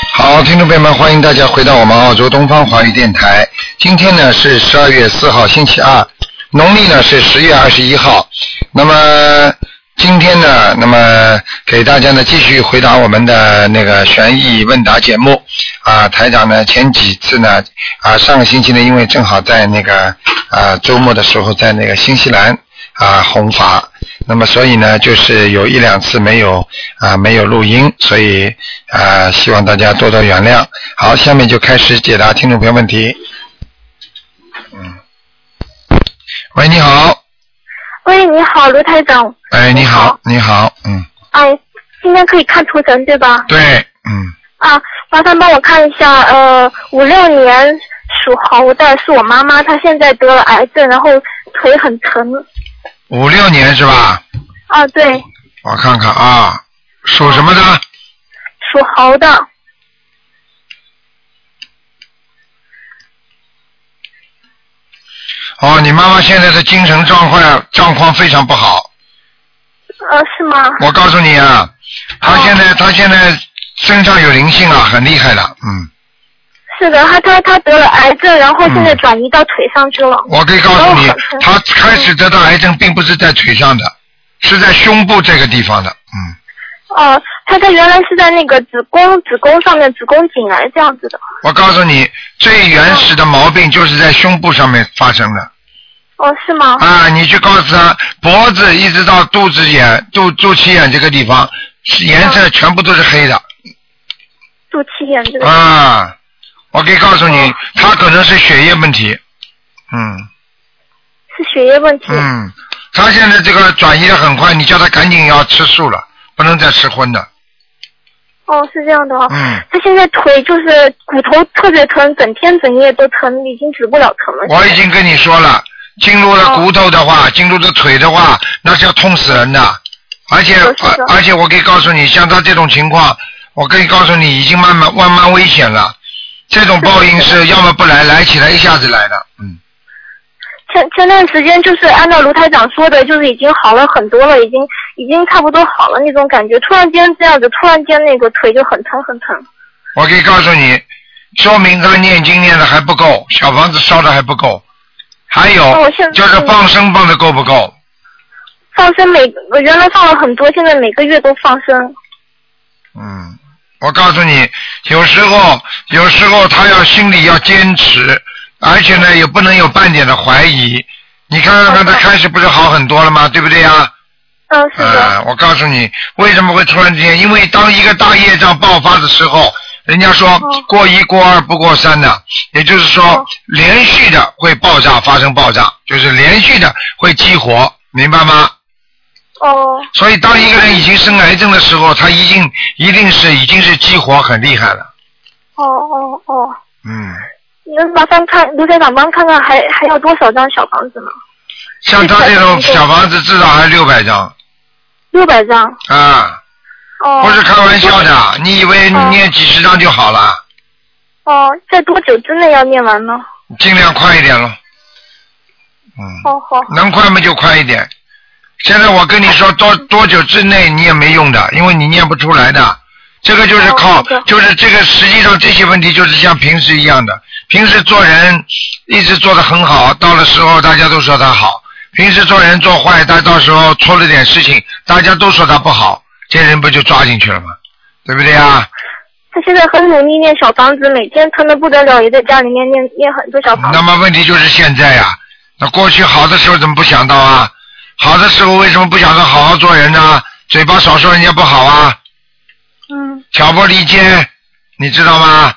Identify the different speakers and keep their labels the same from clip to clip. Speaker 1: 众朋友们，欢迎大家回到我们澳洲东方华语电台。今天呢是十二月四号，星期二，农历呢是十月二十一号。那么今天呢，那么给大家呢继续回答我们的那个悬疑问答节目啊。台长呢前几次呢啊上个星期呢，因为正好在那个啊周末的时候在那个新西兰啊弘法，那么所以呢，就是有一两次没有啊、没有录音，所以啊、希望大家多多原谅。好，下面就开始解答听众朋友问题。嗯，喂，你好，
Speaker 2: 喂，你好，卢台长。
Speaker 1: 哎，你好，你好，嗯，
Speaker 2: 哎，今天可以看图腾对吧？
Speaker 1: 对，嗯，
Speaker 2: 啊，麻烦帮我看一下，呃，五六年属猴的是我妈妈，她现在得了癌症，然后腿很疼。
Speaker 1: 五六年是吧？
Speaker 2: 啊，对，
Speaker 1: 我看看啊，属什么的？
Speaker 2: 属猴的。
Speaker 1: 哦，你妈妈现在的精神状况状况非常不好。
Speaker 2: 呃，是吗？
Speaker 1: 我告诉你啊，她现在、她现在身上有灵性啊，很厉害的，嗯。
Speaker 2: 是的，她她她得了癌症，然后现
Speaker 1: 嗯
Speaker 2: 在转移到腿上去了。
Speaker 1: 我可以告诉你
Speaker 2: 哦好，的
Speaker 1: 他开始得到癌症，并不是在腿上的，是在胸部这个地方的。嗯，
Speaker 2: 哦、她她原来是在那个子宫子宫上面子宫颈癌这样子的。
Speaker 1: 我告诉你，最原始的毛病就是在胸部上面发生的。
Speaker 2: 哦，是吗？
Speaker 1: 啊，你去告诉他，脖子一直到肚子眼、肚肚脐眼这个地方，颜色全部都是黑的。
Speaker 2: 嗯肚脐眼这个。嗯
Speaker 1: 啊，我可以告诉你，他可能是血液问题。嗯。
Speaker 2: 是血液问题。
Speaker 1: 嗯，他现在这个转移的很快，你叫他赶紧要吃素了，不能再吃荤的。
Speaker 2: 哦，是这样的哦。
Speaker 1: 嗯，
Speaker 2: 他现在腿就是骨头特别疼，整天整夜都疼，已经止不了疼了。
Speaker 1: 我已经跟你说了，进入了骨头的话，进入了腿的话，那是要痛死人的。而且，
Speaker 2: 我知道
Speaker 1: 而而且我可以告诉你，像他这种情况，我可以告诉你，已经慢慢慢慢危险了。这种报应是要么不来，来起来一下子来的。嗯，
Speaker 2: 前前段时间就是按照卢台长说的，就是已经好了很多了，已经已经差不多好了那种感觉。突然间这样子，突然间那个腿就很疼很疼。
Speaker 1: 我可以告诉你，说明他念经念的还不够，小房子烧的还不够，还
Speaker 2: 那
Speaker 1: 有
Speaker 2: 我现在
Speaker 1: 就是放生放的够不够？
Speaker 2: 放生每我原来放了很多，现在每个月都放生。
Speaker 1: 嗯，我告诉你，有时候有时候他要心里要坚持，而且呢也不能有半点的怀疑。你看看看他开始不是好很多了
Speaker 2: 哦
Speaker 1: 吗？对不对呀？
Speaker 2: 嗯，是的。
Speaker 1: 呃，我告诉你，为什么会突然之间？因为当一个大业障爆发的时候，人家说
Speaker 2: 哦
Speaker 1: 过一过二不过三的，也就是说
Speaker 2: 哦
Speaker 1: 连续的会爆炸发生爆炸，就是连续的会激活，明白吗？
Speaker 2: 哦
Speaker 1: 所以当一个人已经生癌症的时候，他一定一定是已经是激活很厉害了。
Speaker 2: 哦哦哦，
Speaker 1: 嗯，
Speaker 2: 能麻烦看卢台长帮看看还还要多少张小房子吗？
Speaker 1: 像他这种小房子至少还六百张
Speaker 2: 六百张。
Speaker 1: 啊，
Speaker 2: 哦。
Speaker 1: 不是开玩笑的。你以为你念几十张就好了？
Speaker 2: 哦，在多久之内要念完呢？
Speaker 1: 尽量快一点咯。嗯，
Speaker 2: 哦，好，
Speaker 1: 能快嘛就快一点。现在我跟你说，多多久之内你也没用的，因为你念不出来的。这个就是靠
Speaker 2: 哦好的，
Speaker 1: 就是这个，实际上这些问题就是像平时一样的。平时做人一直做得很好，到了时候大家都说他好；平时做人做坏，他到时候出了点事情，大家都说他不好，这人不就抓进去了吗？对不对啊？
Speaker 2: 他现在很努力念小房子，每天疼的不得了，也在家里面念念很多小房子
Speaker 1: 那。么问题就是现在呀、那过去好的时候怎么不想到啊？好的时候为什么不想着好好做人呢？嘴巴少说人家不好啊？
Speaker 2: 嗯，
Speaker 1: 挑拨离间，你知道吗？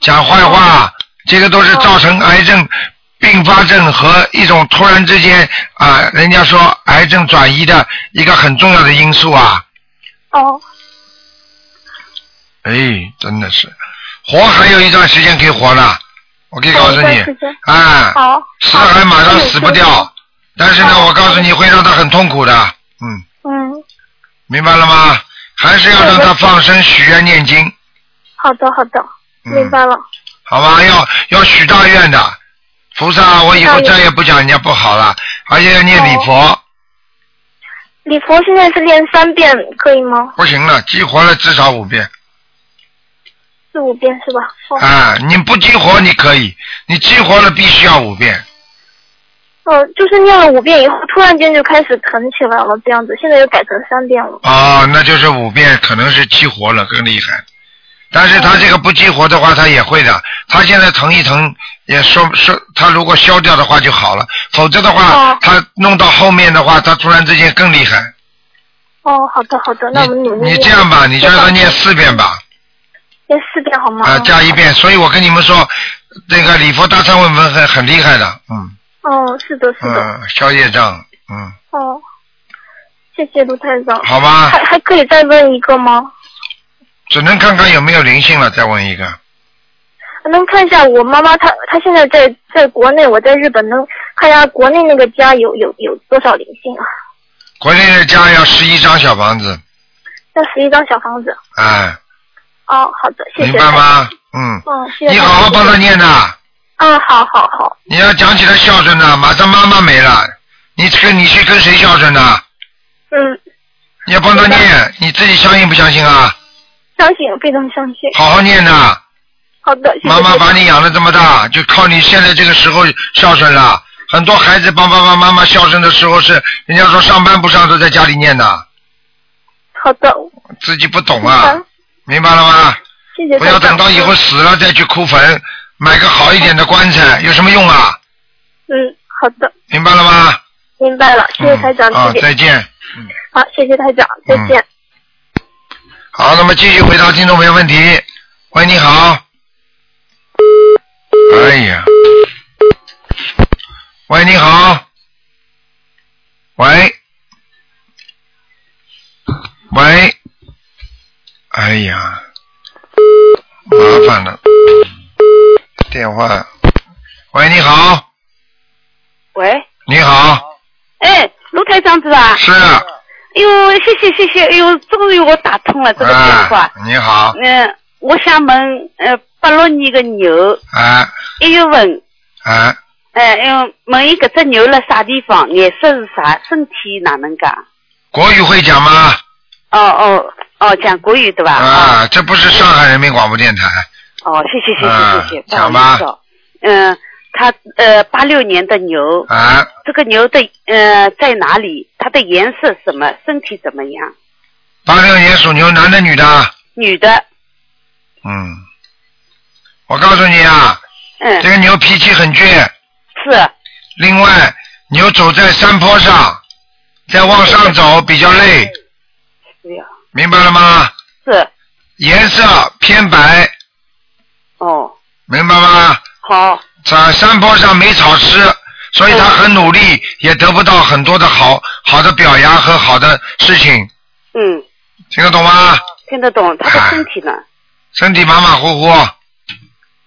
Speaker 1: 讲坏话，这个都是造成癌症并发症和一种突然之间啊、人家说癌症转移的一个很重要的因素啊。
Speaker 2: 哦，
Speaker 1: 哎，真的是，活还有一段时间可以活呢，我可以告诉
Speaker 2: 还有一
Speaker 1: 你
Speaker 2: 段时间，
Speaker 1: 啊，
Speaker 2: 好，
Speaker 1: 死还马上死不
Speaker 2: 啊
Speaker 1: 掉，但是呢，
Speaker 2: 哦
Speaker 1: 我告诉你会让他很痛苦的，嗯，
Speaker 2: 嗯，
Speaker 1: 明白了吗？还是要让他放生、许愿、念经，
Speaker 2: 好的，好的，
Speaker 1: 嗯
Speaker 2: 明白了。
Speaker 1: 好吧，要要许大愿的，菩萨，我以后
Speaker 2: 许大愿
Speaker 1: 再也不讲人家不好了，而且要念礼佛，
Speaker 2: 哦礼佛现在是念三遍，可以吗？
Speaker 1: 不行了，激活了至少五遍，
Speaker 2: 四五遍是吧？哦，
Speaker 1: 啊，你不激活你可以，你激活了必须要五遍。
Speaker 2: 哦，就是念了五遍以后，突然间就开始疼起来了，这样子，现在又改成三遍了。
Speaker 1: 哦，那就是五遍，可能是激活了更厉害。但是
Speaker 2: 哦
Speaker 1: 他这个不激活的话，他也会的。他现在疼一疼，也说说他如果消掉的话就好了，否则的话
Speaker 2: 哦，
Speaker 1: 他弄到后面的话，他突然之间更厉害。
Speaker 2: 哦，好的好的，那我们努力
Speaker 1: 你
Speaker 2: 念
Speaker 1: 你这样吧，你就让他念
Speaker 2: 知道
Speaker 1: 四遍吧，
Speaker 2: 念四遍好吗？
Speaker 1: 啊，加一遍。所以我跟你们说，那个礼佛大忏悔文很很厉害的，嗯
Speaker 2: 哦，是的，是的，
Speaker 1: 嗯，消业障，嗯，
Speaker 2: 哦，谢谢卢台长。
Speaker 1: 好吧
Speaker 2: 还，还可以再问一个吗？
Speaker 1: 只能看看有没有灵性了，再问一个。
Speaker 2: 能看一下我妈妈她她现在在在国内，我在日本，能看一下国内那个家有有有多少灵性啊？
Speaker 1: 国内的家要十一张小房子，
Speaker 2: 那十一张小房子。
Speaker 1: 哎，
Speaker 2: 哦，好的，谢谢。
Speaker 1: 明白？吗？嗯，
Speaker 2: 嗯，谢谢。
Speaker 1: 你好好帮他。念呐、
Speaker 2: 嗯，好好好。
Speaker 1: 你要讲起来孝顺呐、马上妈妈没了，你跟你去跟谁孝顺呐、
Speaker 2: 嗯，
Speaker 1: 你要帮他
Speaker 2: 明
Speaker 1: 念，你自己相信不相信啊？
Speaker 2: 相信，非常相信。
Speaker 1: 好好念呐、
Speaker 2: 好的，谢谢。
Speaker 1: 妈妈把你养了这么大，就靠你现在这个时候孝顺了。很多孩子帮爸爸妈妈孝顺的时候是，人家说上班不上都在家里念的，
Speaker 2: 好的，
Speaker 1: 自己不懂
Speaker 2: 明
Speaker 1: 啊
Speaker 2: 白，
Speaker 1: 明白了吗？
Speaker 2: 谢谢。
Speaker 1: 不要等到以后。死了再去哭坟，买个好一点的棺材有什么用啊？
Speaker 2: 嗯，好的，
Speaker 1: 明白了吗？
Speaker 2: 明白了，谢谢台长
Speaker 1: 嗯啊，
Speaker 2: 指点。
Speaker 1: 再见。
Speaker 2: 好，谢谢台长，再
Speaker 1: 嗯
Speaker 2: 见。
Speaker 1: 好，那么继续回答听众朋友问题。喂，你好。哎呀，喂，你好。喂，喂，哎呀，麻烦了，电话。喂，你好，
Speaker 3: 喂，
Speaker 1: 你好，
Speaker 3: 哎，卢台长子啊，
Speaker 1: 是啊，
Speaker 3: 哎呦，谢谢谢谢，哎呦，终于我打通了这个
Speaker 1: 啊
Speaker 3: 电话。
Speaker 1: 你好，
Speaker 3: 嗯、我想问，呃，八六年的牛，
Speaker 1: 哎
Speaker 3: 一月份，
Speaker 1: 哎，
Speaker 3: 哎、呃，问伊搿只牛辣啥地方，颜色是啥，身体哪能噶？
Speaker 1: 国语会讲吗？
Speaker 3: 哦哦哦，讲国语对吧？
Speaker 1: 啊，这不是上海人民广播电台。
Speaker 3: 哦，谢谢谢
Speaker 1: 啊
Speaker 3: 谢谢谢，不
Speaker 1: 讲
Speaker 3: 好意思哦。嗯、它呃八六年的牛，
Speaker 1: 啊，
Speaker 3: 这个牛的呃在哪里？它的颜色什么？身体怎么样？
Speaker 1: 八六年属牛，男的女的？
Speaker 3: 女的，
Speaker 1: 嗯，我告诉你啊，
Speaker 3: 嗯，
Speaker 1: 这个牛脾气很倔。
Speaker 3: 是，
Speaker 1: 另外，牛走在山坡上，再往上
Speaker 3: 嗯
Speaker 1: 走比较累，
Speaker 3: 对呀，
Speaker 1: 明白了吗？
Speaker 3: 是。
Speaker 1: 颜色偏白，
Speaker 3: 哦，
Speaker 1: 明白吗？
Speaker 3: 好，
Speaker 1: 在山坡上没草吃，所以他很努
Speaker 3: 嗯
Speaker 1: 力，也得不到很多的好好的表扬和好的事情，
Speaker 3: 嗯，
Speaker 1: 听得懂吗？
Speaker 3: 听得懂。他的身体呢？
Speaker 1: 身体马马虎虎。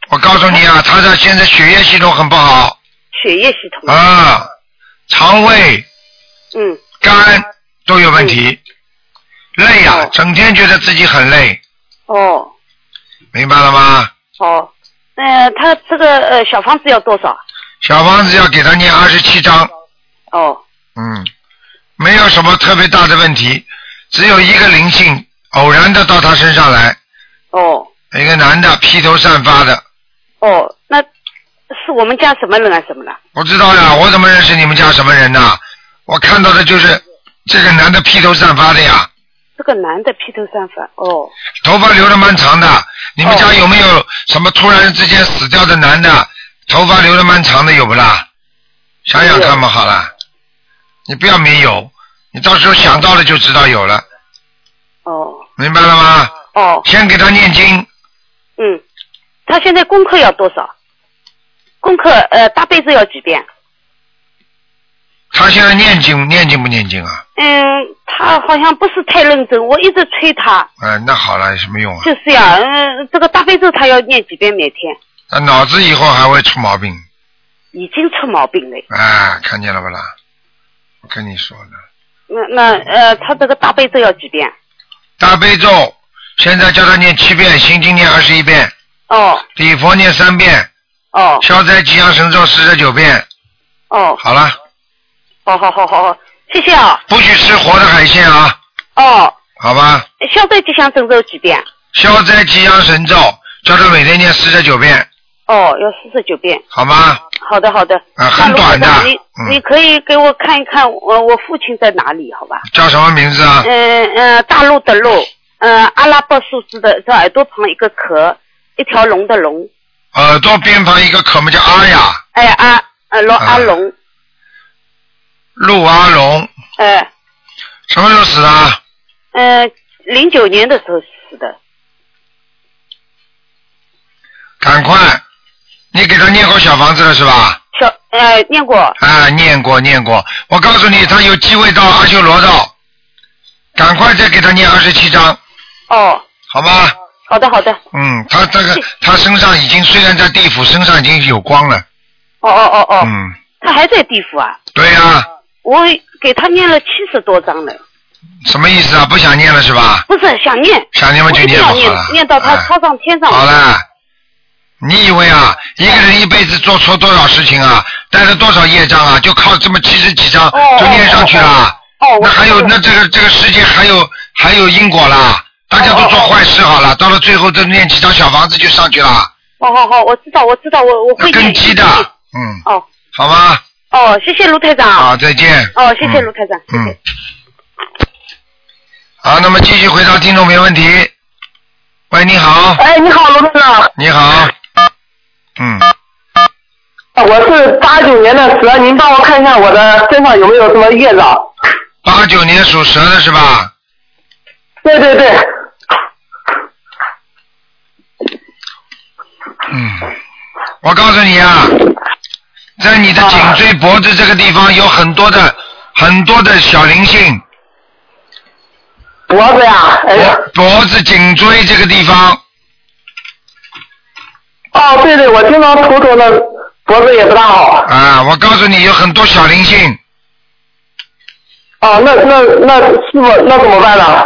Speaker 1: 我告诉你啊，
Speaker 3: 嗯
Speaker 1: 他的现在血液系统很不好
Speaker 3: 血液系统，
Speaker 1: 啊，肠胃、
Speaker 3: 嗯，
Speaker 1: 肝都有问题，累呀、
Speaker 3: 哦
Speaker 1: 整天觉得自己很累，
Speaker 3: 哦，
Speaker 1: 明白了吗？
Speaker 3: 好，呃，他这个呃小房子要多少？
Speaker 1: 小房子要给他念二十七章，
Speaker 3: 哦，
Speaker 1: 嗯，没有什么特别大的问题，只有一个灵性偶然的到他身上来，
Speaker 3: 哦，
Speaker 1: 一个男的披头散发的，
Speaker 3: 哦，那是我们家什么人啊？什么了？
Speaker 1: 不知道呀，我怎么认识你们家什么人呐、我看到的就是这个男的披头散发的呀。
Speaker 3: 这个男的披头散发，哦，
Speaker 1: 头发留的蛮长的，你们家有没有什么突然之间死掉的男的，头发留的蛮长的有不啦？想想看嘛，好啦，你不要没有，你到时候想到了就知道有了，
Speaker 3: 哦，
Speaker 1: 明白了吗？
Speaker 3: 哦，
Speaker 1: 先给他念经，
Speaker 3: 嗯，他现在功课要多少？功课呃大悲咒要几遍？
Speaker 1: 他现在念经念经不念经啊？
Speaker 3: 嗯，他好像不是太认真，我一直催他，
Speaker 1: 啊、那好了，有什么用啊？
Speaker 3: 就是呀，嗯、这个大悲咒他要念几遍每天？
Speaker 1: 那脑子以后还会出毛病，
Speaker 3: 已经出毛病了。
Speaker 1: 啊，看见了不啦？我跟你说呢，
Speaker 3: 那那呃，他这个大悲咒要几遍？
Speaker 1: 大悲咒现在叫他念七遍，心经念二十一遍，
Speaker 3: 哦
Speaker 1: 礼佛念三遍，
Speaker 3: 哦
Speaker 1: 消灾吉祥神咒四十九遍，
Speaker 3: 哦，
Speaker 1: 好了，
Speaker 3: 好好好好好，谢谢啊。
Speaker 1: 不许吃活的海鲜啊，
Speaker 3: 哦，
Speaker 1: 好吧？
Speaker 3: 消灾吉祥神咒几遍？
Speaker 1: 消灾吉祥神咒叫他每天念四十九遍，
Speaker 4: 哦，要四十九遍。
Speaker 1: 好吗？
Speaker 4: 好的，好的。
Speaker 1: 啊很
Speaker 4: 那
Speaker 1: 短的
Speaker 4: 卢台长你、
Speaker 1: 嗯
Speaker 4: 你可以给我看一看我我父亲在哪里，好吧？
Speaker 1: 叫什么名字啊？
Speaker 4: 嗯嗯，大陆的陆，嗯，阿拉伯数字的，在耳朵旁一个壳，一条龙的龙，
Speaker 1: 耳朵边旁一个可么叫阿雅，
Speaker 4: 哎阿呃罗
Speaker 1: 啊
Speaker 4: 阿龙，
Speaker 1: 陆阿啊龙，
Speaker 4: 哎
Speaker 1: 什么时候死啊的？
Speaker 4: 嗯，零九年的时候死的，
Speaker 1: 赶快，你给他念过小房子了是吧？
Speaker 4: 小呃念过，
Speaker 1: 啊，念过念过，我告诉你，他有机会到阿修罗道，赶快再给他念二十七章，
Speaker 4: 哦，
Speaker 1: 好吗？
Speaker 4: 好的好的，
Speaker 1: 嗯，他这个他身上已经虽然在地府，身上已经有光了。
Speaker 4: 哦哦哦哦，
Speaker 1: 嗯，
Speaker 4: 他还在地府啊，
Speaker 1: 对呀、
Speaker 4: 我给他念了七十多章了，
Speaker 1: 什么意思啊？不想念了是吧？
Speaker 4: 不是想念，
Speaker 1: 想念
Speaker 4: 我
Speaker 1: 嘛就
Speaker 4: 一定
Speaker 1: 吧
Speaker 4: 要
Speaker 1: 好
Speaker 4: 念
Speaker 1: 了。
Speaker 4: 念到他
Speaker 1: 哎
Speaker 4: 超上天上，
Speaker 1: 好了，你以为啊，一个人一辈子做错多少事情啊，带了多少业障啊，就靠这么七十几章
Speaker 4: 哦
Speaker 1: 就念上去了？
Speaker 4: 哦，我
Speaker 1: 那还有
Speaker 4: 知道
Speaker 1: 那
Speaker 4: 了
Speaker 1: 这个这个世界还有还有因果啦，大家
Speaker 4: 哦
Speaker 1: 都
Speaker 4: 哦
Speaker 1: 做坏事好了，到了最后都念几张小房子就上去了，
Speaker 4: 好好哦好，我知道我知道我我会
Speaker 1: 要
Speaker 4: 念
Speaker 1: 根基的，嗯，
Speaker 4: 哦
Speaker 1: 好吗？
Speaker 4: 哦，谢谢卢台长，
Speaker 1: 好，再见。
Speaker 4: 哦，谢谢
Speaker 1: 嗯
Speaker 4: 卢台长，谢谢
Speaker 1: 嗯。好，那么继续回答听众朋友问题。喂，你好，
Speaker 5: 哎，你好，罗队长，
Speaker 1: 你好，嗯，
Speaker 5: 我是八九年的蛇，您帮我看一下我的身上有没有什么业障？
Speaker 1: 八九年属蛇的是吧？
Speaker 5: 对对对，
Speaker 1: 嗯，我告诉你啊，在你的颈椎、脖子这个地方有很多的、很多的小灵性，
Speaker 5: 脖子呀，哎呀，
Speaker 1: 脖子、颈椎这个地方，
Speaker 5: 哦，对对，我经常头疼的，脖子也不大好。
Speaker 1: 啊，我告诉你有很多小灵性，
Speaker 5: 哦，那那那师傅，那怎么办啊呢？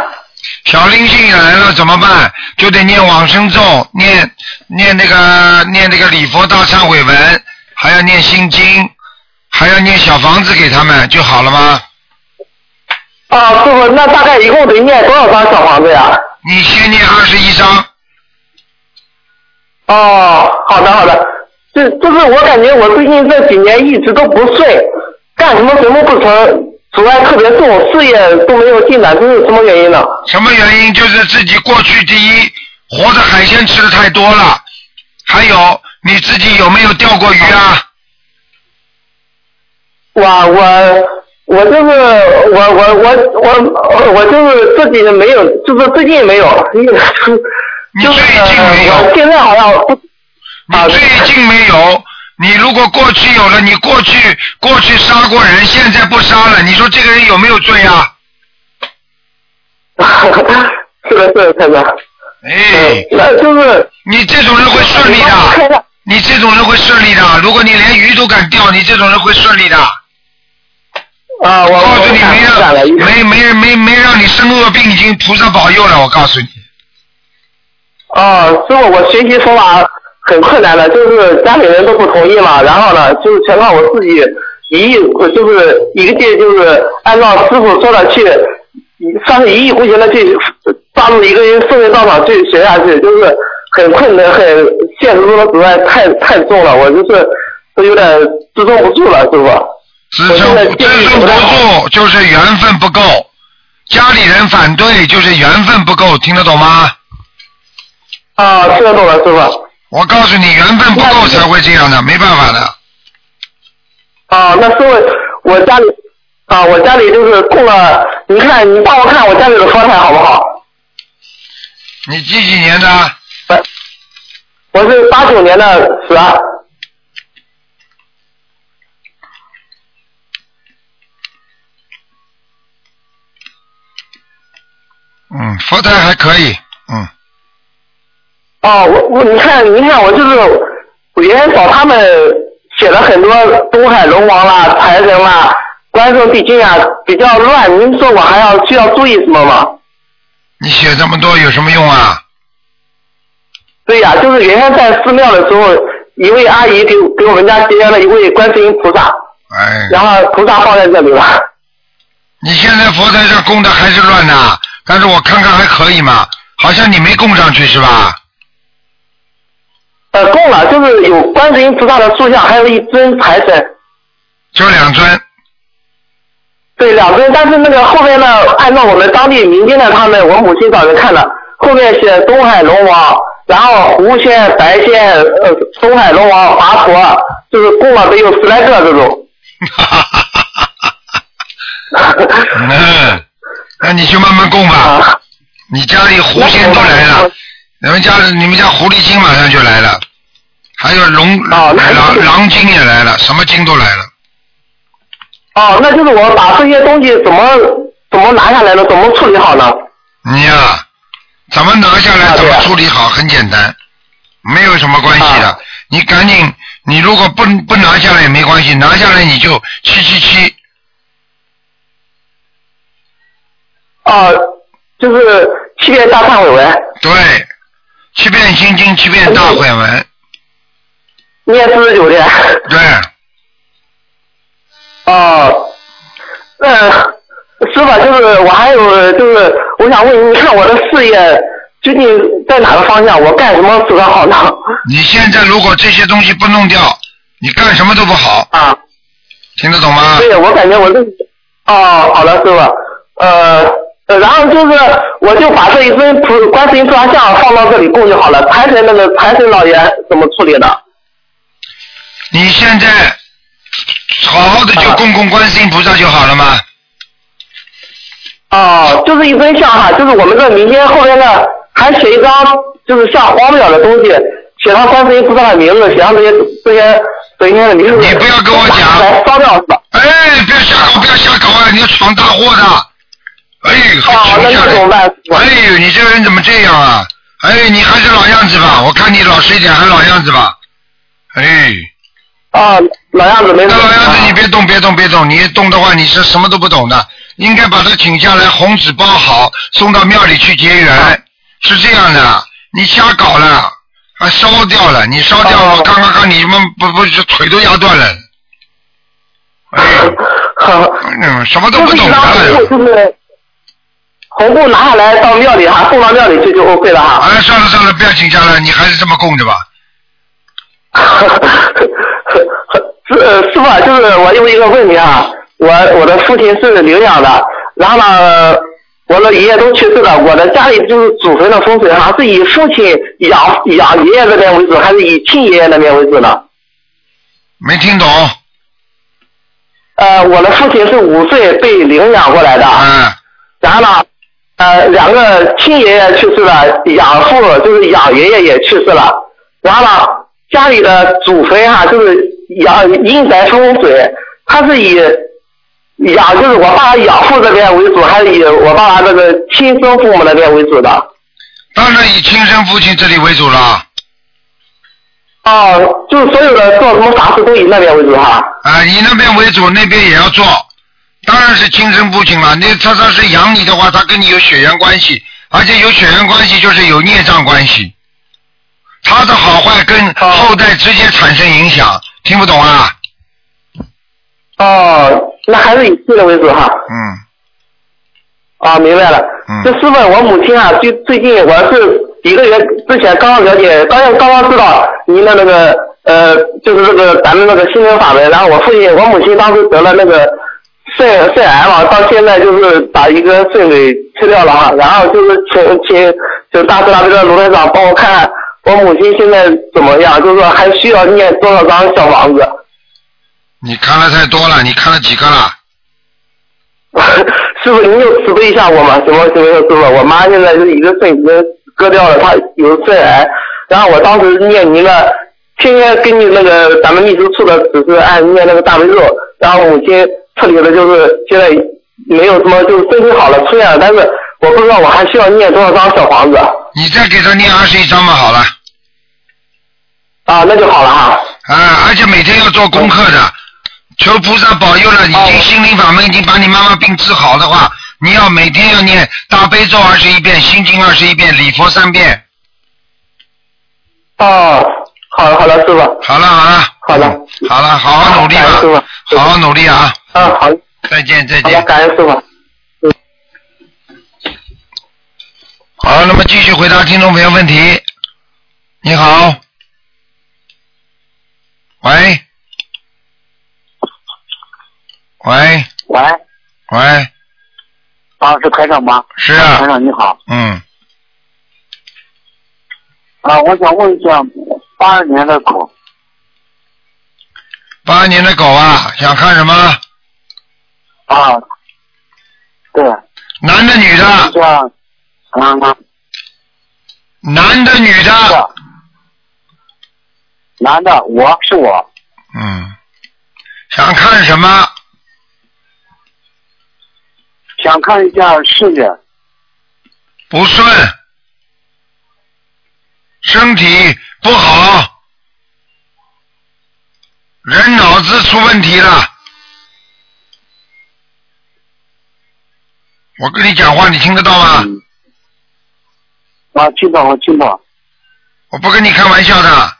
Speaker 1: 小灵性来了怎么办？就得念往生咒，念念那个念那个礼佛大忏悔文，还要念心经，还要念小房子给他们就好了吗？
Speaker 5: 哦，师傅，那大概一共得念多少张小房子呀？
Speaker 1: 你先念二十一章，
Speaker 5: 哦，好的好的，这就是我感觉我最近这几年一直都不睡，干什么什么不成，阻碍特别重，事业都没有进展，这是什么原因呢？
Speaker 1: 什么原因？就是自己过去第一，活的海鲜吃的太多了，还有你自己有没有钓过鱼啊？
Speaker 5: 哇，我我就是我我我我我就是自己没有， 就是最近没有，
Speaker 1: 你
Speaker 5: 就是
Speaker 1: 最近没有
Speaker 5: 我现在好像不啊
Speaker 1: 你最近没有。你如果过去有了，你过去过去杀过人，现在不杀了，你说这个人有没有罪啊？
Speaker 5: 是的，是的，太太，
Speaker 1: 哎
Speaker 5: 嗯，，那就是
Speaker 1: 你这种人会顺利的，
Speaker 5: 的。
Speaker 1: 你这种人会顺利的。如果你连鱼都敢钓，你这种人会顺利的。
Speaker 5: 啊，我
Speaker 1: 告诉你，没
Speaker 5: 我
Speaker 1: 让
Speaker 5: 感了，
Speaker 1: 没没没没让你生恶病，已经菩萨保佑了。我告诉你，
Speaker 5: 哦，师傅，我学习佛法很困难的，就是家里人都不同意嘛，然后呢，就是全靠我自己一意，就是一个劲就是按照师傅说的去，算是一意孤行的去抓住一个人顺位道场去学下去，就是很困难，很现实中的阻碍太太重了，我就是都有点支撑不住了，师傅。
Speaker 1: 支撑
Speaker 5: 我现在
Speaker 1: 支撑不住就是缘分不够，家里人反对就是缘分不够，听得懂吗？
Speaker 5: 啊，听得懂了，师傅。
Speaker 1: 我告诉你，缘分不够才会这样的，没办法的。
Speaker 5: 啊，那师傅，我家里啊，我家里就是供了，你看你帮我看我家里的佛台好不好？
Speaker 1: 你几几年的？
Speaker 5: 我是八九年的啊蛇，
Speaker 1: 嗯，佛台还可以，嗯。
Speaker 5: 哦，我我你看你看我就是我原来找他们写了很多东海龙王啦、财神啦、关圣帝君啊，比较乱，您说我还要需要注意什么吗？
Speaker 1: 你写这么多有什么用啊？
Speaker 5: 对呀、就是原先在寺庙的时候，一位阿姨给给我们家结缘了一位观世音菩萨，
Speaker 1: 哎，
Speaker 5: 然后菩萨放在这里了。
Speaker 1: 你现在佛台上供的还是乱的，但是我看看还可以嘛，好像你没供上去是吧？
Speaker 5: 呃，供了，就是有观世音菩萨的塑像，还有一尊财神，
Speaker 1: 就两尊，
Speaker 5: 对，两尊。但是那个后面呢，按照我们当地民间的他们，我母亲早就看了，后面写东海龙王，然后湖县、白县、呃，东海龙王、华佗，就是供了得有十来个这种。
Speaker 1: 嗯， 那你就慢慢供吧。
Speaker 5: 啊，
Speaker 1: 你家里狐仙都来了，你们家你们家狐狸精马上就来了，还有龙
Speaker 5: 哦那
Speaker 1: 狼狼精也来了，什么精都来了。
Speaker 5: 哦，那就是我把这些东西怎么怎么拿下来呢？怎么处理好呢？
Speaker 1: 你呀、怎么拿下来，
Speaker 5: 啊
Speaker 1: 怎
Speaker 5: 对
Speaker 1: 么
Speaker 5: 啊
Speaker 1: 处理好，很简单，没有什么关系
Speaker 5: 啊
Speaker 1: 的。你赶紧，你如果不不拿下来也没关系，拿下来你就七七七，
Speaker 5: 哦，就是七遍大忏悔文，嗯
Speaker 1: 对，七遍心经，七遍大悔文，
Speaker 5: 念四十九遍。
Speaker 1: 对，
Speaker 5: 哦，那师傅啊就是我还有就是我想问你，看我的事业究竟在哪个方向？我干什么比较好呢？
Speaker 1: 你现在如果这些东西不弄掉，你干什么都不好，
Speaker 5: 啊，
Speaker 1: 听得懂吗？
Speaker 5: 对，我感觉我这哦，好的，师傅，呃。呃然后就是，我就把这一尊菩观世音菩萨像放到这里供就好了。财神那个财神老爷怎么处理的？
Speaker 1: 你现在好好的就
Speaker 5: 啊
Speaker 1: 供供观世音菩萨就好了嘛。
Speaker 5: 哦，就是一尊像哈，就是我们这民间后面的还写一张，就是像黄表的东西，写上观世音菩萨的名字，写上这些这些神仙的名字。
Speaker 1: 你不要跟我讲
Speaker 5: 来烧掉是吧？
Speaker 1: 哎，不要瞎搞，不要瞎搞啊！你要闯大祸的。哎，
Speaker 5: 哦，那
Speaker 1: 停下
Speaker 5: 这怎么
Speaker 1: 来。
Speaker 5: 办？
Speaker 1: 哎呦，你这个人怎么这样啊？哎，你还是老样子吧，我看你老实一点，还老样子吧。哎，
Speaker 5: 啊，老样子没
Speaker 1: 那
Speaker 5: 什么
Speaker 1: 老样子你
Speaker 5: 啊
Speaker 1: 别动，别动，别动！你一动的话，你是什么都不懂的。应该把他请下来，红纸包好，送到庙里去结
Speaker 5: 啊
Speaker 1: 缘，是这样的。你瞎搞了，还烧掉了，你烧掉，
Speaker 5: 哦
Speaker 1: 我刚刚看你们不不是腿都压断了。 哎，嗯，什么都
Speaker 5: 就
Speaker 1: 不
Speaker 5: 是
Speaker 1: 懂
Speaker 5: 一张
Speaker 1: 的
Speaker 5: 红。布，就是红布拿下来到庙里哈，送到庙里去就 OK 了哈。
Speaker 1: 好了，哎算了算了，不要请假了，你还是这么供着吧。
Speaker 5: 是呃师傅啊，就是我有一个问题啊，我我的父亲是领养的，然后呢，我的爷爷都去世了，我的家里就是祖坟的风水哈，是以父亲养养爷爷这边为主，还是以亲爷爷那边为主呢？
Speaker 1: 没听懂？
Speaker 5: 呃，我的父亲是五岁被领养过来的，
Speaker 1: 啊，
Speaker 5: 然后呢，呃，两个亲爷爷去世了，养父就是养爷爷也去世了，然后呢，家里的祖坟哈、就是养阴宅风水，它是以养就是我爸养父这边为主，还是以我爸爸这个亲生父母那边为主的？
Speaker 1: 当然以亲生父亲这里为主了。
Speaker 5: 哦，就是所有的做什么法事都以那边为主哈、
Speaker 1: 啊，以那边为主，那边也要做，当然是亲生父亲了。那他他是养你的话，他跟你有血缘关系，而且有血缘关系就是有孽障关系，他的好坏跟
Speaker 5: 哦
Speaker 1: 后代直接产生影响，听不懂啊？
Speaker 5: 哦，那还是以亲人为主哈、
Speaker 1: 嗯，
Speaker 5: 啊，明白了。
Speaker 1: 嗯
Speaker 5: 这师傅，我母亲啊，最最近我是一个月之前刚刚了解，刚刚刚知道您的那个呃，就是这个咱们那个心灵法门。然后我父亲，我母亲当时得了那个肾肾癌嘛，到现在就是把一个肾给吃掉了哈。然后就是请请请大慈大悲的卢台长帮我看看我母亲现在怎么样，就是说还需要念多少张小房子。
Speaker 1: 你看了太多了，你看了几个了？
Speaker 5: 师傅，您就慈悲一下我嘛？什么什么师傅？我妈现在是一个肾已经割掉了，她有肾癌。然后我当时念您的，天天根据那个咱们秘书处的指示按念那个大悲咒，然后母亲彻底的就是现在没有什么，就是身体好了出院了，但是我不知道我还需要念多少张小房子
Speaker 1: 你再给他念二十一章嘛，好了。
Speaker 5: 啊，那就好了哈。嗯
Speaker 1: 啊，而且每天要做功课的，求菩萨保佑了，已
Speaker 5: 哦
Speaker 1: 经心灵法门已经把你妈妈病治好的话，你要每天要念大悲咒二十一遍，心经二十一遍，礼佛三遍。
Speaker 5: 哦，好了好了，师傅，
Speaker 1: 好了好了，
Speaker 5: 好的
Speaker 1: 好了，好好努力
Speaker 5: 感恩师
Speaker 1: 吧，
Speaker 5: 傅，
Speaker 1: 好好努力啊！
Speaker 5: 嗯，好，好
Speaker 1: 再见再
Speaker 5: 的，
Speaker 1: 见。
Speaker 5: 感恩师傅。嗯
Speaker 1: 好，那么继续回答听众朋友问题。你好，喂，喂，
Speaker 6: 喂，
Speaker 1: 喂，
Speaker 6: 啊，是台长吗？
Speaker 1: 是啊
Speaker 6: 台长你好，
Speaker 1: 嗯，
Speaker 6: 啊，我想问一下，八二年的狗，
Speaker 1: 八年的狗啊，想看什么？
Speaker 6: 啊，对，
Speaker 1: 男的女的？
Speaker 6: 这样，嗯，
Speaker 1: 男的女
Speaker 6: 是
Speaker 1: 的？
Speaker 6: 男的，我是我，
Speaker 1: 嗯，想看什么？
Speaker 6: 想看一下事业，
Speaker 1: 不顺，身体不好，人脑子出问题了。我跟你讲话，你听得到吗？
Speaker 6: 嗯，啊，听到我听到，
Speaker 1: 我不跟你开玩笑的。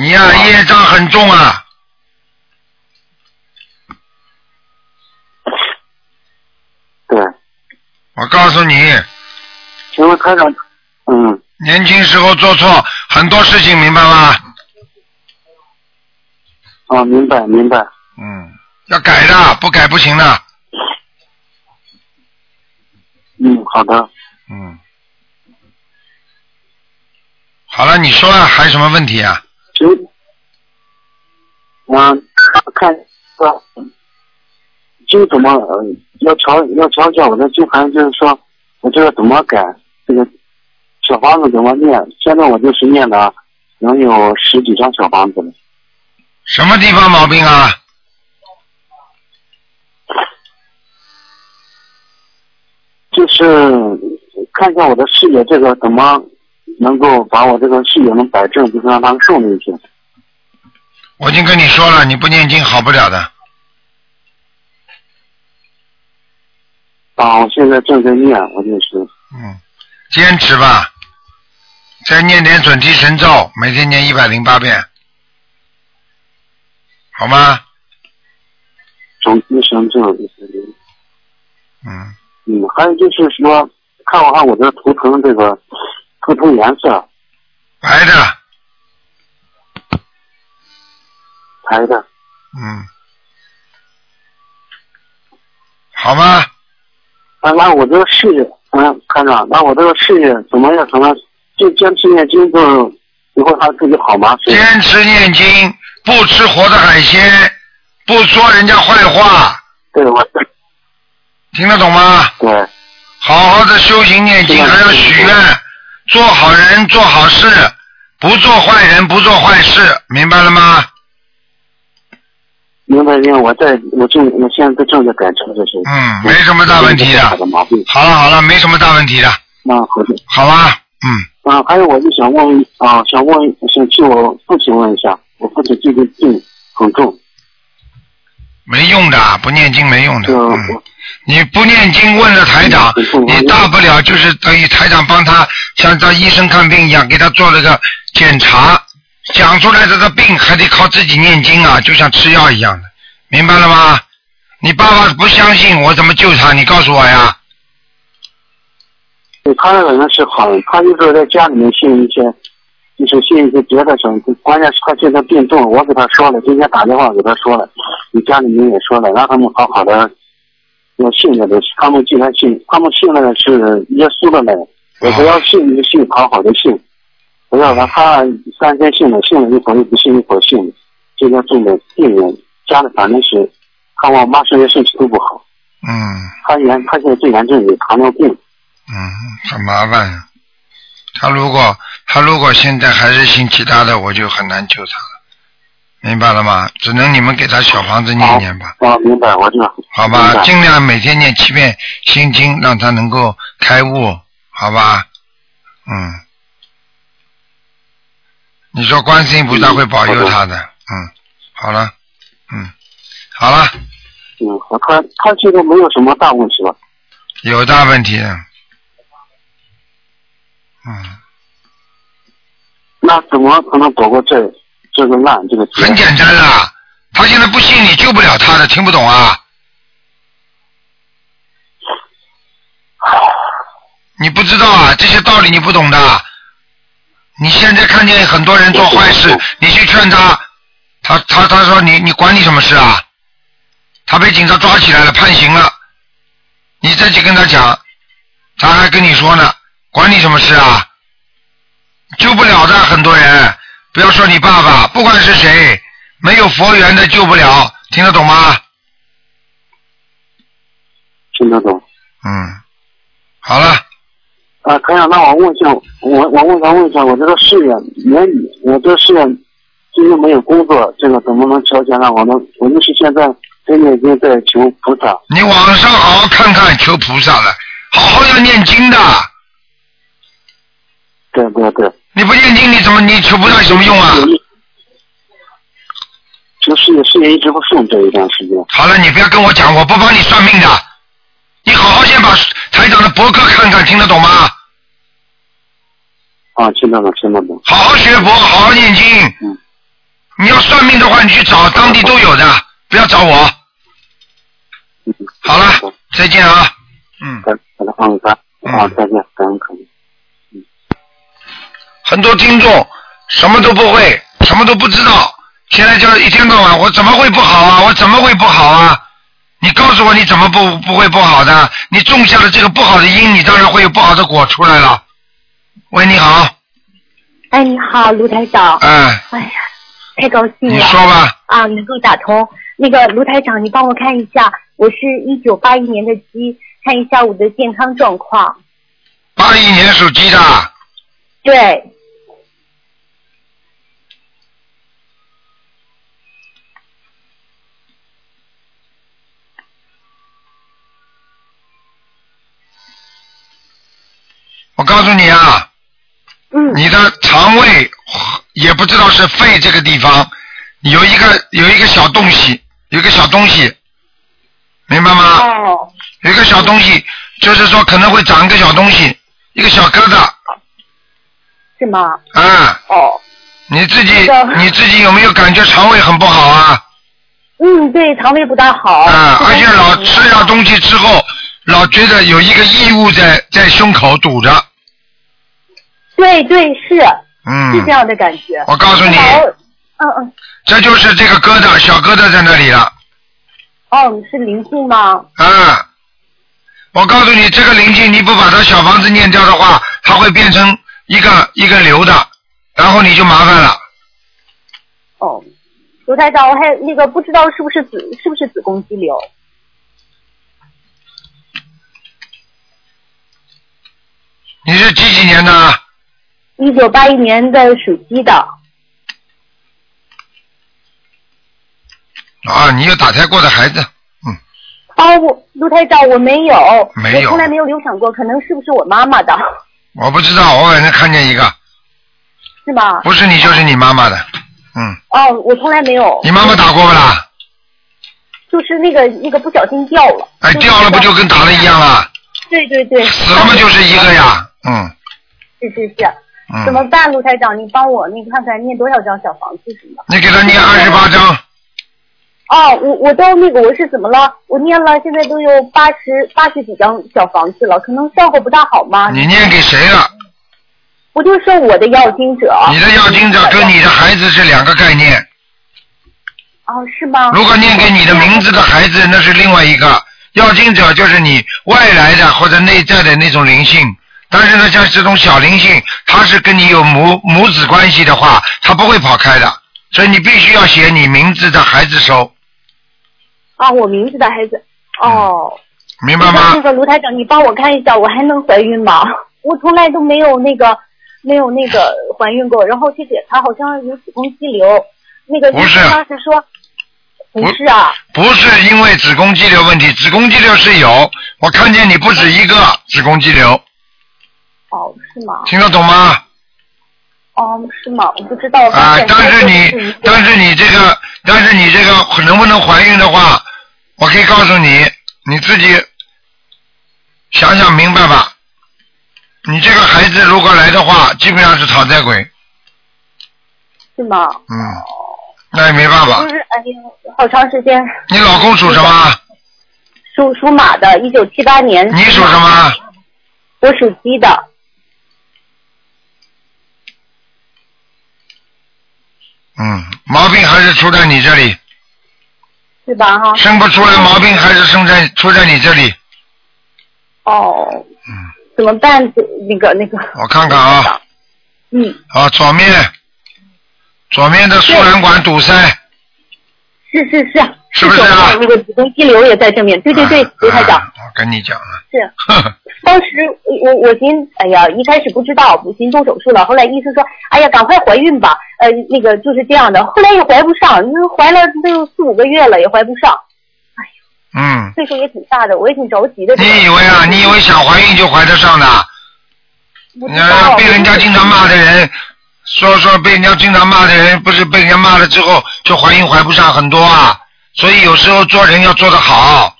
Speaker 1: 你呀、
Speaker 6: 啊
Speaker 1: 业障很重啊，
Speaker 6: 对，
Speaker 1: 我告诉你，
Speaker 6: 请问台长，嗯，
Speaker 1: 年轻时候做错很多事情，明白吗？
Speaker 6: 啊，明白明白，
Speaker 1: 嗯，要改的，不改不行的。
Speaker 6: 嗯，好的，
Speaker 1: 嗯，好了，你说啊，还有什么问题啊？
Speaker 6: 行，嗯，看说就怎么呃要调要调整我的纠缠，就是说我这个怎么改这个小房子怎么念？现在我就是念了能有十几张小房子了，
Speaker 1: 什么地方毛病啊？
Speaker 6: 就是看一下我的视野这个怎么能够把我这个视野能摆正，就是让它顺利一些。
Speaker 1: 我已经跟你说了，你不念经好不了的。
Speaker 6: 啊，我现在正在念，我就是
Speaker 1: 嗯，坚持吧，再念点准提神咒，每天念一百零八遍，好吗？
Speaker 6: 总提神这个就是
Speaker 1: 嗯，
Speaker 6: 嗯，还有就是说，看我看我的图腾这个图腾颜色，
Speaker 1: 白的，
Speaker 6: 白的。
Speaker 1: 嗯，好吗？
Speaker 6: 啊，那我这个事业，嗯，看长，那我这个事业怎么样？可能就坚持念经就以后他自己好吗？是
Speaker 1: 坚持念经，不吃活的海鲜，不说人家坏话，
Speaker 6: 对我
Speaker 1: 听得懂吗？
Speaker 6: 对
Speaker 1: 好好的修行念经，
Speaker 6: 是的
Speaker 1: 还要许愿，做好人做好事，不做坏人不做坏事，明白了吗？
Speaker 6: 明白明白，我在我正我现在正在改正这些。
Speaker 1: 嗯，没什么大问题
Speaker 6: 好
Speaker 1: 的
Speaker 6: 的。毛病。
Speaker 1: 好了好了，没什么大问题的，
Speaker 6: 那好的，
Speaker 1: 好吧？嗯，
Speaker 6: 啊，还有我就想问啊，想问想替我父亲问一下，我父亲这个病很重，
Speaker 1: 没用的，不念经没用的。
Speaker 6: 就我
Speaker 1: 嗯，你不念经问了台长
Speaker 6: 嗯嗯，
Speaker 1: 你大不了就是等于台长帮他像当医生看病一样，给他做了个检查，讲出来他的病还得靠自己念经啊，就像吃药一样的，明白了吗？你爸爸不相信我怎么救他？你告诉我呀。
Speaker 6: 对他那个人是好人，他就是在家里面信一些，就是信一些别的什么，关键是他现在病重，我给他说了，今天打电话给他说了，你家里面也说了，让他们好好的要信任的，他们既然信，他们信任的是耶稣的那个，我不要信就信，好好的信，不要让他三天信了，信了一会儿又不信，一会儿信了，今天重的病人，家里反正是，看我妈现在身体都不好，
Speaker 1: 嗯
Speaker 6: 她严，她现在最严重有糖尿病。
Speaker 1: 嗯，很麻烦呀。他如果他如果现在还是信其他的，我就很难救他了，明白了吗？只能你们给他小房子念念吧。
Speaker 6: 啊，明白，我知道。
Speaker 1: 好
Speaker 6: 明
Speaker 1: 吧，
Speaker 6: 白
Speaker 1: 尽量每天念七遍心经，让他能够开悟，好吧？嗯，你说观世音菩萨会保佑他的，嗯，好了，嗯，好了，
Speaker 6: 嗯，好他他这个没有什么大问题吧？
Speaker 1: 有大问题了，嗯，
Speaker 6: 那怎么可能躲过这这个难这个劫？
Speaker 1: 很简单啦，他现在不信你救不了他的，听不懂啊？你不知道啊，这些道理你不懂的，你现在看见很多人做坏事，你去劝他，他他他说你你管你什么事啊？他被警察抓起来了，判刑了，你再去跟他讲，他还跟你说呢，管你什么事啊？救不了的很多人，不要说你爸爸，不管是谁，没有佛缘的救不了，听得懂吗？
Speaker 6: 听得懂。
Speaker 1: 嗯，好了，
Speaker 6: 啊，可以，那我问一下，我我问想问一下，我这个事业年底，我这事业最近没有工作，这个怎么能调节呢？我们我们是现在真的已经在求菩萨，
Speaker 1: 你网上好好看看，求菩萨了，好好要念经的。
Speaker 6: 对对对，嗯
Speaker 1: 你不念经，你怎么你求菩萨有什么用啊？
Speaker 6: 这个事业事业一直不顺这一段时间。
Speaker 1: 好了，你不要跟我讲，我不帮你算命的。你好好先把台长的博客看看，听得懂吗？
Speaker 6: 啊，听得懂，听得懂。
Speaker 1: 好好学佛，好好念经。
Speaker 6: 嗯
Speaker 1: 你要算命的话，你去找当地都有的，不要找我。
Speaker 6: 嗯，
Speaker 1: 好了，再见啊。嗯，
Speaker 6: 好的，好的，嗯，咱啊，再见，感恩感恩。
Speaker 1: 很多听众什么都不会，什么都不知道，现在就一天到晚，我怎么会不好啊？我怎么会不好啊？你告诉我你怎么不不会不好的？你种下了这个不好的因，你当然会有不好的果出来了。喂，你好，
Speaker 7: 哎，你好，卢台长。
Speaker 1: 哎，
Speaker 7: 哎呀，太高兴
Speaker 1: 你
Speaker 7: 了
Speaker 1: 说吧。
Speaker 7: 啊，能够打通。那个卢台长，你帮我看一下，我是一九八一年的鸡，看一下我的健康状况。
Speaker 1: 八一年属鸡的，
Speaker 7: 对，
Speaker 1: 我告诉你啊，
Speaker 7: 嗯，
Speaker 1: 你的肠胃也不知道是肺这个地方有一个有一个小东西，有一个小东西，明白吗？
Speaker 7: 哦，
Speaker 1: 有一个小东西，就是说可能会长一个小东西，一个小疙瘩，
Speaker 7: 是吗？
Speaker 1: 啊，
Speaker 7: 哦，
Speaker 1: 你自己
Speaker 7: 那个
Speaker 1: 你自己有没有感觉肠胃很不好啊？
Speaker 7: 嗯，对，肠胃不大好。
Speaker 1: 啊，
Speaker 7: 不
Speaker 1: 而
Speaker 7: 太
Speaker 1: 且
Speaker 7: 好
Speaker 1: 老吃下东西之后，老觉得有一个异物在在胸口堵着，
Speaker 7: 对对是
Speaker 1: 嗯，
Speaker 7: 是这样的感觉。
Speaker 1: 我告诉你，
Speaker 7: 老嗯嗯，
Speaker 1: 这就是这个疙瘩，小疙瘩在那里了。
Speaker 7: 哦，你是灵性吗？
Speaker 1: 啊，我告诉你，这个灵性你不把它小房子念掉的话，它会变成一个一个流的，然后你就麻烦了。
Speaker 7: 哦，卢台长，我还那个不知道是不是子是不是子宫肌瘤？
Speaker 1: 你是几几年的？
Speaker 7: 一九八一年的属鸡的。
Speaker 1: 啊，你有打胎过的孩子？
Speaker 7: 哦，我卢台长，我没有，
Speaker 1: 没有
Speaker 7: 我从来没有流产过，可能是不是我妈妈的，
Speaker 1: 我不知道，我反正看见一个，
Speaker 7: 是吗？
Speaker 1: 不是你就是你妈妈的。嗯，
Speaker 7: 哦，我从来没有，
Speaker 1: 你妈妈打过不啦？
Speaker 7: 就是那个那个不小心掉了，
Speaker 1: 哎，
Speaker 7: 就是
Speaker 1: 掉了不就跟打了一样啊？
Speaker 7: 对对对，
Speaker 1: 死了嘛就是一个呀。嗯
Speaker 7: 是是是，怎么
Speaker 1: 嗯，
Speaker 7: 办，卢台长？你帮我那看看念多少张小房子什么？
Speaker 1: 你给他念二十八章，
Speaker 7: 哦，我我都那个我是怎么了？我念了现在都有八十八十几张小房子了，可能效果不大好吗？
Speaker 1: 你念给谁了？
Speaker 7: 我就说我的要经者，
Speaker 1: 你的要经者跟你的孩子是两个概念。
Speaker 7: 哦是吗？
Speaker 1: 如果念给你的名字的孩子，那是另外一个要经者，就是你外来的或者内在的那种灵性。但是呢，像这种小灵性，它是跟你有母母子关系的话，它不会跑开的。所以你必须要写你名字的孩子收，
Speaker 7: 啊，我名字的孩子，哦。
Speaker 1: 嗯明白吗
Speaker 7: 那？个卢台长，你帮我看一下，我还能怀孕吗？ 我从来都没有那个，没有那个怀孕过。然后去检查，好像有子宫肌瘤。那个
Speaker 1: 不是
Speaker 7: 医生当时说，不是啊，
Speaker 1: 不是因为子宫肌瘤问题，子宫肌瘤是有，我看见你不止一个子宫肌瘤，
Speaker 7: 哦，是吗？
Speaker 1: 听得懂吗？
Speaker 7: 哦，是吗？我不知道。
Speaker 1: 啊、
Speaker 7: 我检查
Speaker 1: 但是
Speaker 7: 都一
Speaker 1: 你
Speaker 7: 个，
Speaker 1: 但是你这个，但是你这个能不能怀孕的话，我可以告诉你，你自己想想明白吧。你这个孩子如果来的话，基本上是讨债鬼，
Speaker 7: 是吗？
Speaker 1: 嗯，那也没办法
Speaker 7: 不。是，哎呀，好长时间，
Speaker 1: 你老公属什么？啊
Speaker 7: 属属马的，一九七八年。
Speaker 1: 你啊属什？么？
Speaker 7: 我属鸡的。
Speaker 1: 嗯，毛病还是出在你这里，
Speaker 7: 是吧？哈，
Speaker 1: 生不出来毛病还是生在出在你这里。
Speaker 7: 哦，
Speaker 1: 嗯，
Speaker 7: 怎么办？那个那个，
Speaker 1: 我看看啊，
Speaker 7: 嗯，
Speaker 1: 啊，左面，左面的输卵管堵塞，
Speaker 7: 是是是，
Speaker 1: 是不是啊
Speaker 7: 手上那个子宫肌瘤也在正面，对对对，
Speaker 1: 啊
Speaker 7: 刘台长，
Speaker 1: 啊我跟你讲了，
Speaker 7: 是。
Speaker 1: 呵呵
Speaker 7: 当时我我寻，哎呀，一开始不知道，不寻动手术了。后来医生说，哎呀，赶快怀孕吧，呃，那个就是这样的。后来也怀不上，就是怀了都有四五个月了，也怀不上，
Speaker 1: 嗯，
Speaker 7: 岁数也挺大的，我也挺着急的。
Speaker 1: 你以为啊？你以为想怀孕就怀得上的？
Speaker 7: 不知道
Speaker 1: 呃，被人家经常骂的人，说说被人家经常骂的人，不是被人家骂了之后就怀孕怀不上很多啊。所以有时候做人要做得好，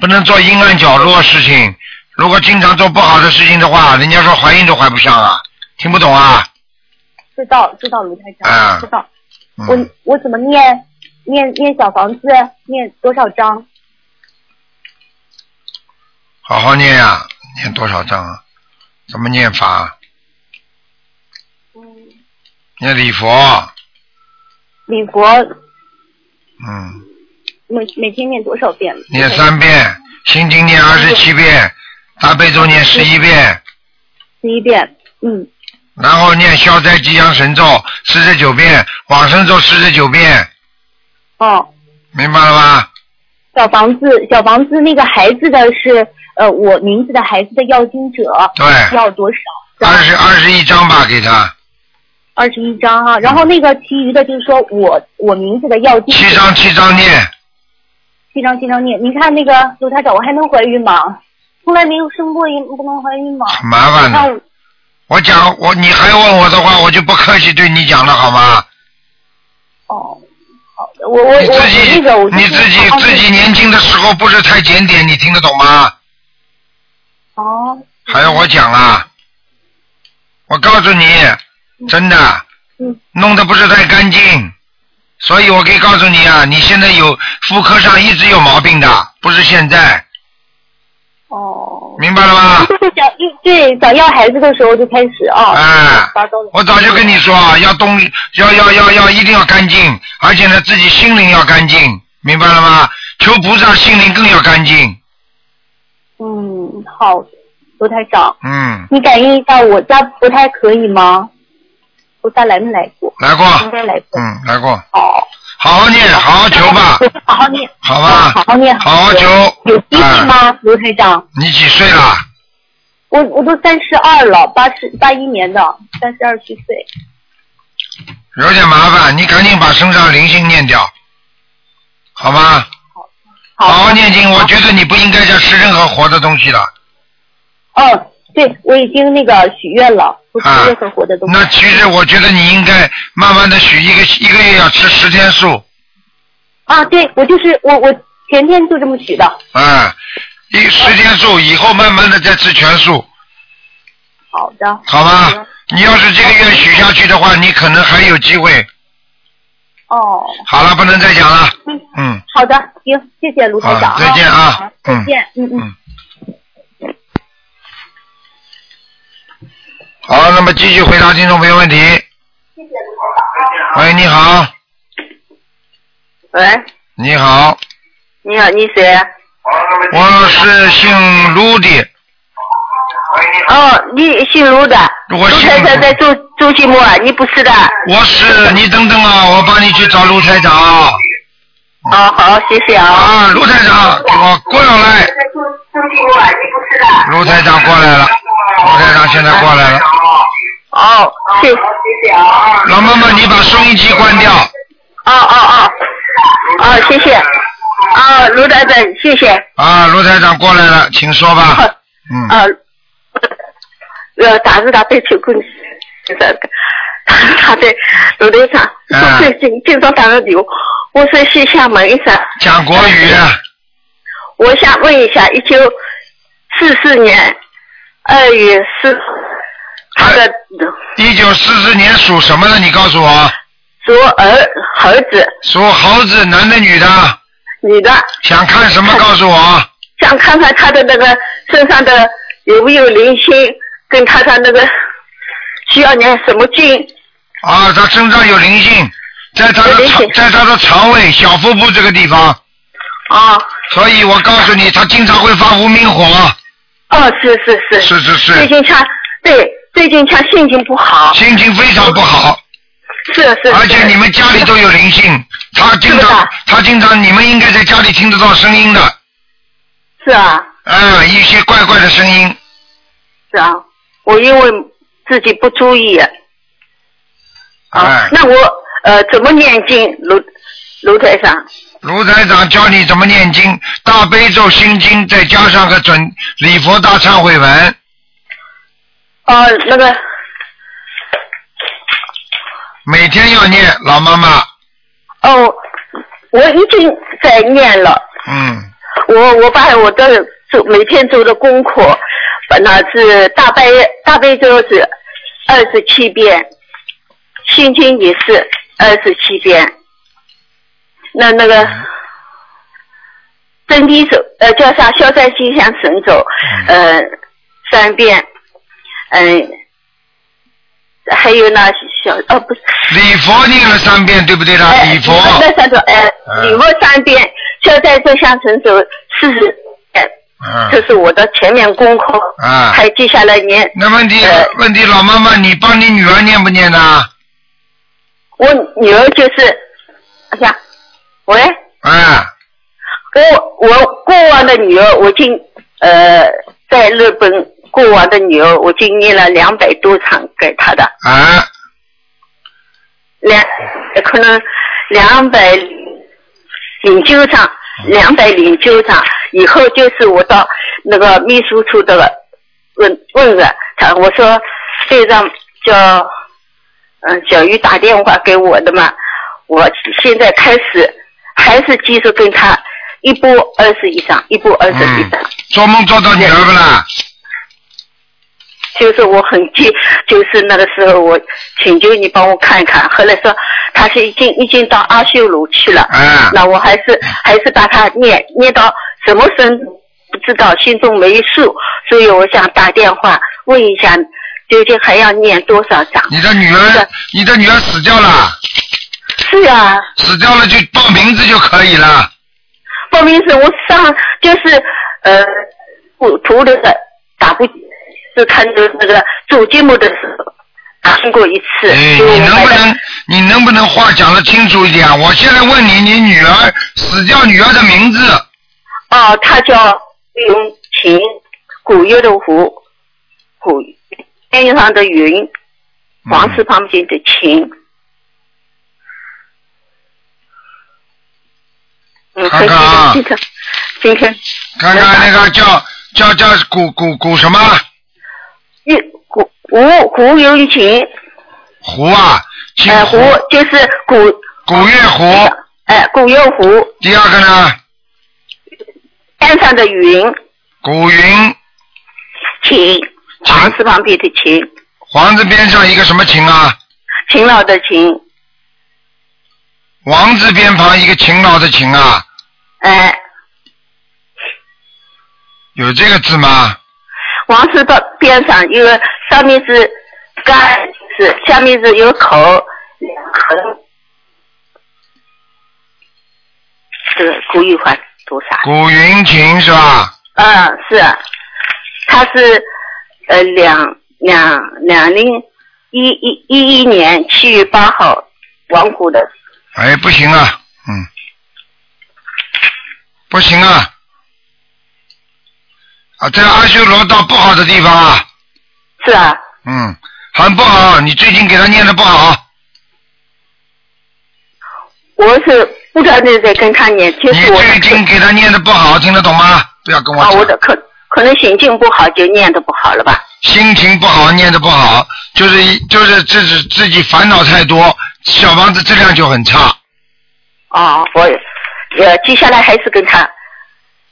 Speaker 1: 不能做阴暗角落的事情。如果经常做不好的事情的话，人家说怀孕都怀不上啊，听不懂啊？
Speaker 7: 知道知道卢太长，
Speaker 1: 啊
Speaker 7: 知道。我
Speaker 1: 嗯，
Speaker 7: 我怎么念念念小房子，念多少章？
Speaker 1: 好好念呀、啊，念多少章啊？怎么念法啊？
Speaker 7: 嗯
Speaker 1: 念礼佛，
Speaker 7: 礼佛
Speaker 1: 嗯，
Speaker 7: 每每天念多少遍？
Speaker 1: 念三遍，心经念二十七遍，大悲咒念十一遍。
Speaker 7: 嗯十一遍。嗯，
Speaker 1: 然后念消灾吉祥神咒四十九遍，往生咒四十九遍，
Speaker 7: 哦，
Speaker 1: 明白了吧？
Speaker 7: 小房子小房子那个孩子的是呃我名字的孩子的要经者。
Speaker 1: 对，
Speaker 7: 要多少？
Speaker 1: 二十二十一张吧，给他
Speaker 7: 二十一张哈、然后那个其余的就是说我我名字的要经
Speaker 1: 七张七张念，
Speaker 7: 七张七张念。您看那个卢台长，我还能怀孕吗？从来没有生过孕，不能怀孕吗？
Speaker 1: 很麻烦
Speaker 7: 那
Speaker 1: 的。
Speaker 7: 我
Speaker 1: 我讲我你还问我的话，我就不客气对你讲了，好吗？
Speaker 7: 哦，好的，我我我
Speaker 1: 你自己
Speaker 7: 我那个我就
Speaker 1: 你
Speaker 7: 是
Speaker 1: 自己
Speaker 7: 好好
Speaker 1: 自己年轻的时候不是太检点，你听得懂吗？
Speaker 7: 哦，
Speaker 1: 还要我讲啊？我告诉你，真的
Speaker 7: 嗯，
Speaker 1: 弄得不是太干净，所以我可以告诉你啊，你现在有妇科上一直有毛病的，不是现在，
Speaker 7: 哦，
Speaker 1: 明白了吗？
Speaker 7: 就是想一对想要孩子的时候就开始啊，
Speaker 1: 哎
Speaker 7: 发高了
Speaker 1: 我早就跟你说啊，要东要要要要一定要干净，而且呢，自己心灵要干净，明白了吗？求菩萨心灵更要干净，
Speaker 7: 嗯，好，卢台长，
Speaker 1: 嗯，
Speaker 7: 你感应一下我家不太可以吗？菩萨来没来过？
Speaker 1: 来过，
Speaker 7: 应该来过。
Speaker 1: 嗯，来过，
Speaker 7: 哦，
Speaker 1: 好好念，好好求吧，
Speaker 7: 好好念，
Speaker 1: 好
Speaker 7: 啊
Speaker 1: 吧
Speaker 7: 好，好念，
Speaker 1: 好好求。哎
Speaker 7: 有机会吗，卢台长？
Speaker 1: 你几岁了？
Speaker 7: 我我都三十二了，八十八一年的，三十二虚岁。
Speaker 1: 有点麻烦，你赶紧把身上灵性念掉，好吗？好好念经，我觉得你不应该再吃任何活的东西了。
Speaker 7: 嗯，对，我已经那个许愿了，不吃任何活的东西。
Speaker 1: 啊那其实我觉得你应该慢慢的许一个一个月要吃十天素，
Speaker 7: 啊，对，我就是我我前天就这么许的。
Speaker 1: 啊、一十天素以后慢慢的再吃全素，
Speaker 7: 好的，
Speaker 1: 好吧？你要是这个月许下去的话，你可能还有机会。
Speaker 7: 哦，
Speaker 1: 好了，不能再讲了，嗯。
Speaker 7: 好的，行，谢谢卢台长
Speaker 1: 好，再见啊
Speaker 7: 好
Speaker 1: 嗯
Speaker 7: 再见，嗯嗯。
Speaker 1: 好，那么继续回答听众朋友问题。喂，你好，
Speaker 4: 喂，
Speaker 1: 你好，
Speaker 4: 你好，你谁？
Speaker 1: 我是姓卢的，
Speaker 4: 哦，你姓卢的，
Speaker 1: 我
Speaker 4: 卢
Speaker 1: 姓哦
Speaker 4: 台长在周周继墨啊，你不是的。
Speaker 1: 我是你等等啊，我帮你去找卢台长
Speaker 4: 哦，好，谢谢啊。
Speaker 1: 啊，卢台长，给我过来，卢台长过来了，卢台长现在过来了，
Speaker 4: 哦，谢，
Speaker 1: 老妈妈，你把收音机关掉，
Speaker 4: 哦哦哦，哦，谢谢。哦，卢台长，谢谢。
Speaker 1: 啊，卢台长过来了，请说吧，嗯，
Speaker 4: 啊，呃，打字打对球棍， 打对卢队长，
Speaker 1: 嗯
Speaker 4: 我是经经常打个球，我是西厦门一山，
Speaker 1: 讲国语，啊
Speaker 4: 我想问一下，一九四四年二月四，他的
Speaker 1: 一九四四年属什么的？你告诉我，
Speaker 4: 属儿猴子，
Speaker 1: 属猴子，男的女的？
Speaker 4: 女的，
Speaker 1: 想看什么告诉我，
Speaker 4: 想看看他的那个身上的有没有灵性，跟他的那个需要念什么经？
Speaker 1: 啊，他身上有灵性，在他
Speaker 4: 我
Speaker 1: 的
Speaker 4: 理
Speaker 1: 肠
Speaker 4: 解，
Speaker 1: 在他的肠胃小腹部这个地方，
Speaker 4: 啊，
Speaker 1: 所以我告诉你，他经常会发无名火，
Speaker 4: 哦，是是是，
Speaker 1: 是是
Speaker 4: 最
Speaker 1: 是，
Speaker 4: 近他对最近他心情不好，
Speaker 1: 心情非常不好，
Speaker 4: 是是，
Speaker 1: 而且你们家里都有灵性，他经
Speaker 4: 是
Speaker 1: 常
Speaker 4: 的
Speaker 1: 他经常你们应该在家里听得到声音的，
Speaker 4: 是啊
Speaker 1: 啊，一些怪怪的声音，
Speaker 4: 是啊，我因为自己不注意啊，
Speaker 1: 哎，
Speaker 4: 哦那我呃怎么念经，卢卢台上
Speaker 1: 卢台长教你怎么念经，大悲咒心经，再加上个准礼佛大忏悔文，
Speaker 4: 哦那个
Speaker 1: 每天要念，老妈妈，
Speaker 4: 哦，我已经在念了。
Speaker 1: 嗯，
Speaker 4: 我我把我的做每天做的功课，本来是大悲大悲咒是二十七遍，心经也是二十七遍。那那个真谛手呃叫啥消灾吉祥神咒，呃三遍，嗯、还有那小哦不是
Speaker 1: 礼佛念了三遍，对不对啦？
Speaker 4: 哎，
Speaker 1: 礼佛，
Speaker 4: 那三种哎
Speaker 1: 嗯
Speaker 4: 礼佛三遍，消灾吉祥神咒四十遍。这
Speaker 1: 嗯，
Speaker 4: 是我的前面功课，
Speaker 5: 嗯
Speaker 1: 啊，
Speaker 4: 还接下来念
Speaker 1: 那问题
Speaker 4: 呃
Speaker 1: 问题，老妈妈，你帮你女儿念不念呢？
Speaker 4: 我女儿就是，哎呀，喂，
Speaker 1: 哎，
Speaker 4: 我我过往的女儿，我已经呃在日本过往的女儿，我已经念了两百多场给她的，
Speaker 1: 哎，
Speaker 4: 两可能两百零九场，两百零九场以后就是我到那个秘书处的了问问了他，我说队长叫嗯小鱼打电话给我的嘛，我现在开始还是继续跟他一波二十一张，一波二十一张。
Speaker 1: 做梦做到女儿不啦？
Speaker 4: 就是我很急，就是那个时候我请求你帮我看一看。后来说他是已经已经到阿修罗去了，
Speaker 1: 哎，
Speaker 4: 那我还是还是把他念念到什么身不知道，心中没数，所以我想打电话问一下，究竟还要念多少章？
Speaker 1: 你的女儿
Speaker 4: 是，
Speaker 1: 你的女儿死掉了，
Speaker 4: 是啊，
Speaker 1: 死掉了就报名字就可以了。
Speaker 4: 报名是我上就是呃，我图的打不是看着那个做节目的时候打听过一次，
Speaker 1: 哎，
Speaker 4: 因为
Speaker 1: 你能
Speaker 4: 我
Speaker 1: 不
Speaker 4: 还在
Speaker 1: 能你能不能话讲得清楚一点啊？我现在问你，你女儿死掉女儿的名字，
Speaker 4: 哦，他叫云晴，古月的湖，古天上的云，黄
Speaker 1: 嗯
Speaker 4: 字旁边的晴。嗯，
Speaker 1: 看看啊
Speaker 4: 和今天今天
Speaker 1: 看看那个叫叫叫古古古什么
Speaker 4: 一古古古云晴，
Speaker 1: 湖啊？姓
Speaker 4: 呃，湖
Speaker 1: 胡
Speaker 4: 就是古，
Speaker 1: 古月湖。
Speaker 4: 哎，古月湖
Speaker 1: 第二个呢，
Speaker 4: 天上的云
Speaker 1: 古云
Speaker 4: 晴，黄字旁边的晴，
Speaker 1: 黄字边上一个什么秦啊？
Speaker 4: 勤劳的勤，
Speaker 1: 王字边旁一个勤劳的勤啊，
Speaker 4: 哎。
Speaker 1: 有这个字吗？
Speaker 4: 王字旁边上有个上面是干是下面是有口两横，这个古语话读啥？
Speaker 1: 古云秦是吧？
Speaker 4: 嗯，是啊，他是呃两两两零一一一一年七月八号亡故的，
Speaker 1: 哎，不行啊，嗯，不行啊，啊，在阿修罗道不好的地方啊，
Speaker 4: 是啊，
Speaker 1: 嗯，很不好，你最近给他念的不好，
Speaker 4: 我是不断的在跟他念，就
Speaker 1: 你
Speaker 4: 是我
Speaker 1: 最近给他念的不好，听得懂吗？不要跟我
Speaker 4: 啊
Speaker 1: 讲，
Speaker 4: 我的可可能心境不好就念的不好了吧？
Speaker 1: 心情不好，念的不好，就是一就是自己自己烦恼太多，小房子质量就很差，
Speaker 4: 哦，我呃接下来还是跟他。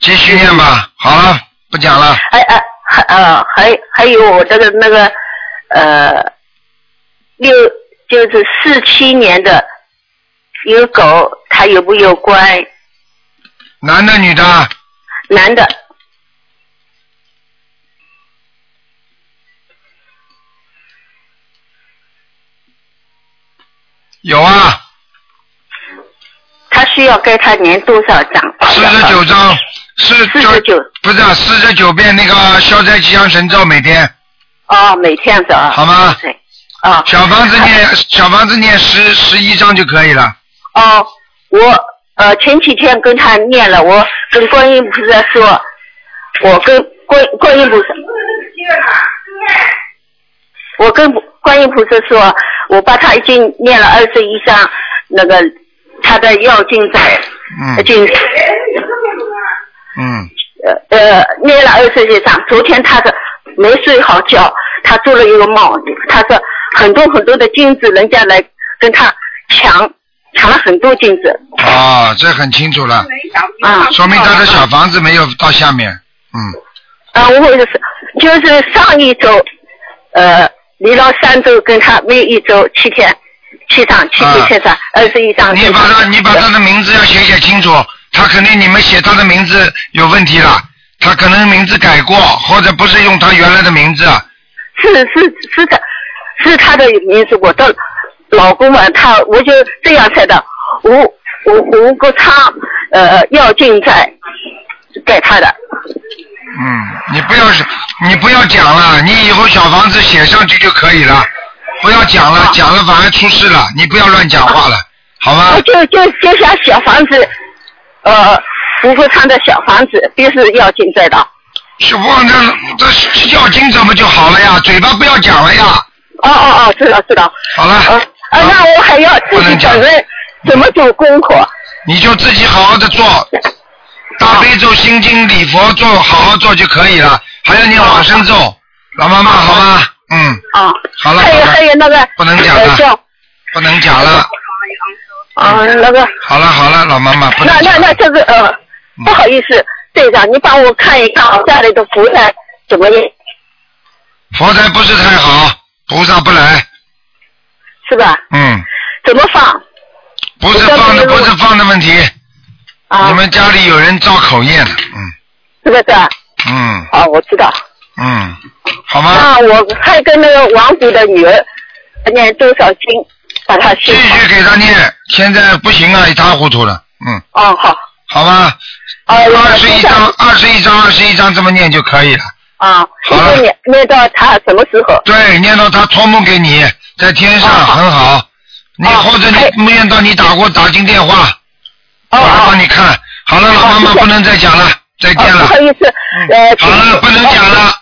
Speaker 1: 继续念吧。好了，不讲了，
Speaker 4: 还呃还呃还还有我这个那个呃六就是四七年的一个狗，它有没有乖？
Speaker 1: 男的女的，
Speaker 4: 男的，
Speaker 1: 有啊，
Speaker 4: 要该他念多少章？
Speaker 1: 四十九章，四
Speaker 4: 49
Speaker 1: 不是啊四十九遍那个消灾吉祥神咒每天，
Speaker 4: 哦，每天的啊。
Speaker 1: 好吗
Speaker 4: 对。啊。
Speaker 1: 小房子念小房子念十十一章就可以了。
Speaker 4: 哦，我呃前几天跟他念了，我跟观音菩萨说，我跟观观音菩萨，我跟观音菩萨说，我把他已经念了二十一章那个他的药经在
Speaker 1: 嗯
Speaker 4: 经
Speaker 1: 嗯
Speaker 4: 呃呃念了二十一章，昨天他的没睡好觉，他做了一个梦，他说很多很多的金子，人家来跟他抢，抢了很多金子，
Speaker 1: 啊，这很清楚了，
Speaker 4: 啊、
Speaker 1: 说明他的小房子没有到下面。嗯，
Speaker 4: 啊，我也是，就是上一周，呃，离了三周跟他每一周七天，七张，七
Speaker 1: 啊
Speaker 4: 天七张，二十一张。
Speaker 1: 你把他你把他的名字要写写清楚，他肯定你们写他的名字有问题了，他可能名字改过，或者不是用他原来的名字。
Speaker 4: 是是是的，是他的名字，我的老公嘛，他我就这样才的，无无无个差，呃，要进在给他的，
Speaker 1: 嗯，你不要是，你不要讲了，你以后小房子写上去就可以了，不要讲了，讲了反而出事了，你不要乱讲话了，好吗
Speaker 4: 我？哎就就就像小房子，呃，五个差的小房子，必须要进在的。
Speaker 1: 小王，这这要经怎么就好了呀？嘴巴不要讲了呀。
Speaker 4: 哦哦哦，知道知道。
Speaker 1: 好了，
Speaker 4: 啊啊，那我还要自己承认哎怎么做功课？
Speaker 1: 你就自己好好的做，大悲咒、心经、礼佛做，好好做就可以了。还要念往生咒，老妈妈好吗？嗯，
Speaker 4: 啊，
Speaker 1: 好了，
Speaker 4: 哦还
Speaker 1: 好
Speaker 4: 有还
Speaker 1: 了，
Speaker 4: 有那个
Speaker 1: 不能讲
Speaker 4: 呃
Speaker 1: 了，
Speaker 4: 叫
Speaker 1: 不能讲了。嗯
Speaker 4: 啊那个
Speaker 1: 好了好了，老妈妈不能
Speaker 4: 那那
Speaker 1: 讲了
Speaker 4: 那这个
Speaker 1: 嗯
Speaker 4: 呃不好意思，队长，你帮我看一看我家里的菩萨怎么样，
Speaker 1: 佛台不是太好，菩萨不来。
Speaker 4: 是吧？
Speaker 1: 嗯，
Speaker 4: 怎么放
Speaker 1: 不是放的，不是放的问题，你
Speaker 4: 啊？
Speaker 1: 们家里有人造口业了。嗯
Speaker 4: 是不是啊？
Speaker 1: 嗯
Speaker 4: 啊，我知道。
Speaker 1: 嗯，好吗？
Speaker 4: 那我还跟那个王虎的女儿念多少经，把她
Speaker 1: 继
Speaker 4: 修好。
Speaker 1: 续给他念，现在不行啊，一塌糊涂了。嗯，
Speaker 4: 哦，好。
Speaker 1: 好吧，
Speaker 4: 啊，
Speaker 1: 二
Speaker 4: 我
Speaker 1: 十一章，二十一章，二十一章这么念就可以了。
Speaker 4: 啊，
Speaker 1: 好
Speaker 4: 一
Speaker 1: 了
Speaker 4: 直念念到她什么时候？
Speaker 1: 对，念到他托梦给你，在天上
Speaker 4: 哦
Speaker 1: 很好。你
Speaker 4: 哦
Speaker 1: 或者
Speaker 4: 哎
Speaker 1: 你念到你打过打进电话，我
Speaker 4: 哦
Speaker 1: 来
Speaker 4: 哦啊
Speaker 1: 帮。你看。好了，老妈妈
Speaker 4: 谢谢
Speaker 1: 不能再讲了，再见
Speaker 4: 啊，不
Speaker 1: 了
Speaker 4: 好。意思，呃，
Speaker 1: 好
Speaker 4: 请哦
Speaker 1: 了，不能讲。了，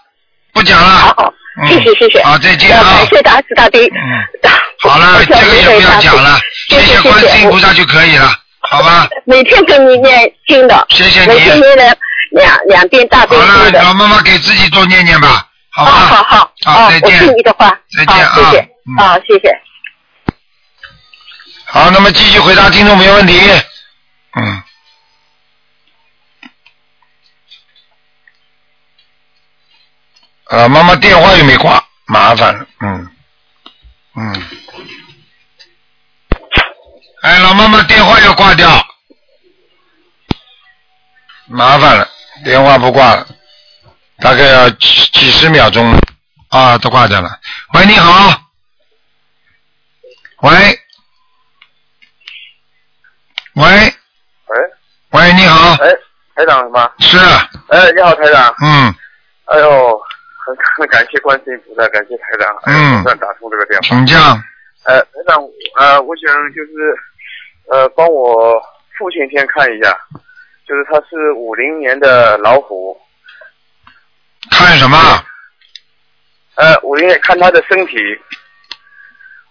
Speaker 1: 不讲
Speaker 4: 好
Speaker 1: 了。嗯
Speaker 4: 好，谢谢谢谢。
Speaker 1: 好，再见
Speaker 4: 呃
Speaker 1: 啊
Speaker 4: 感。谢大慈大悲。
Speaker 1: 嗯，好了，这个也不要讲了，谢谢观世音菩萨就可以了，好吧？
Speaker 4: 每天跟你念经的，
Speaker 1: 谢谢
Speaker 4: 每天
Speaker 1: 你。
Speaker 4: 念了两两遍大悲
Speaker 1: 好了
Speaker 4: 咒，的。
Speaker 1: 老妈妈给自己多念念吧，好吧？啊
Speaker 4: 好好
Speaker 1: 好
Speaker 4: 好
Speaker 1: 再，
Speaker 4: 哦我
Speaker 1: 见
Speaker 4: 听你的话。
Speaker 1: 再见
Speaker 4: 好谢谢
Speaker 1: 嗯。
Speaker 4: 啊，谢谢。
Speaker 1: 好，那么继续回答听众朋友问题。嗯。啊，妈妈电话又没挂，麻烦了。嗯，嗯。哎，老妈妈电话又挂掉，麻烦了，电话不挂了，大概要几几十秒钟了啊，都挂掉了。喂，你好。喂。喂，
Speaker 8: 喂，
Speaker 1: 喂，你好，
Speaker 8: 哎，台长是吗？
Speaker 1: 是，
Speaker 8: 哎，你好，台长。
Speaker 1: 嗯，
Speaker 8: 哎呦，很很感谢观世音菩萨，感谢台长，哎
Speaker 1: 嗯
Speaker 8: 总算打通这个电话。
Speaker 1: 请讲，
Speaker 8: 呃，台长，呃，我想就是，呃，帮我父亲先看一下，就是他是五零年的老虎，
Speaker 1: 看什么？
Speaker 8: 呃，五零年看他的身体，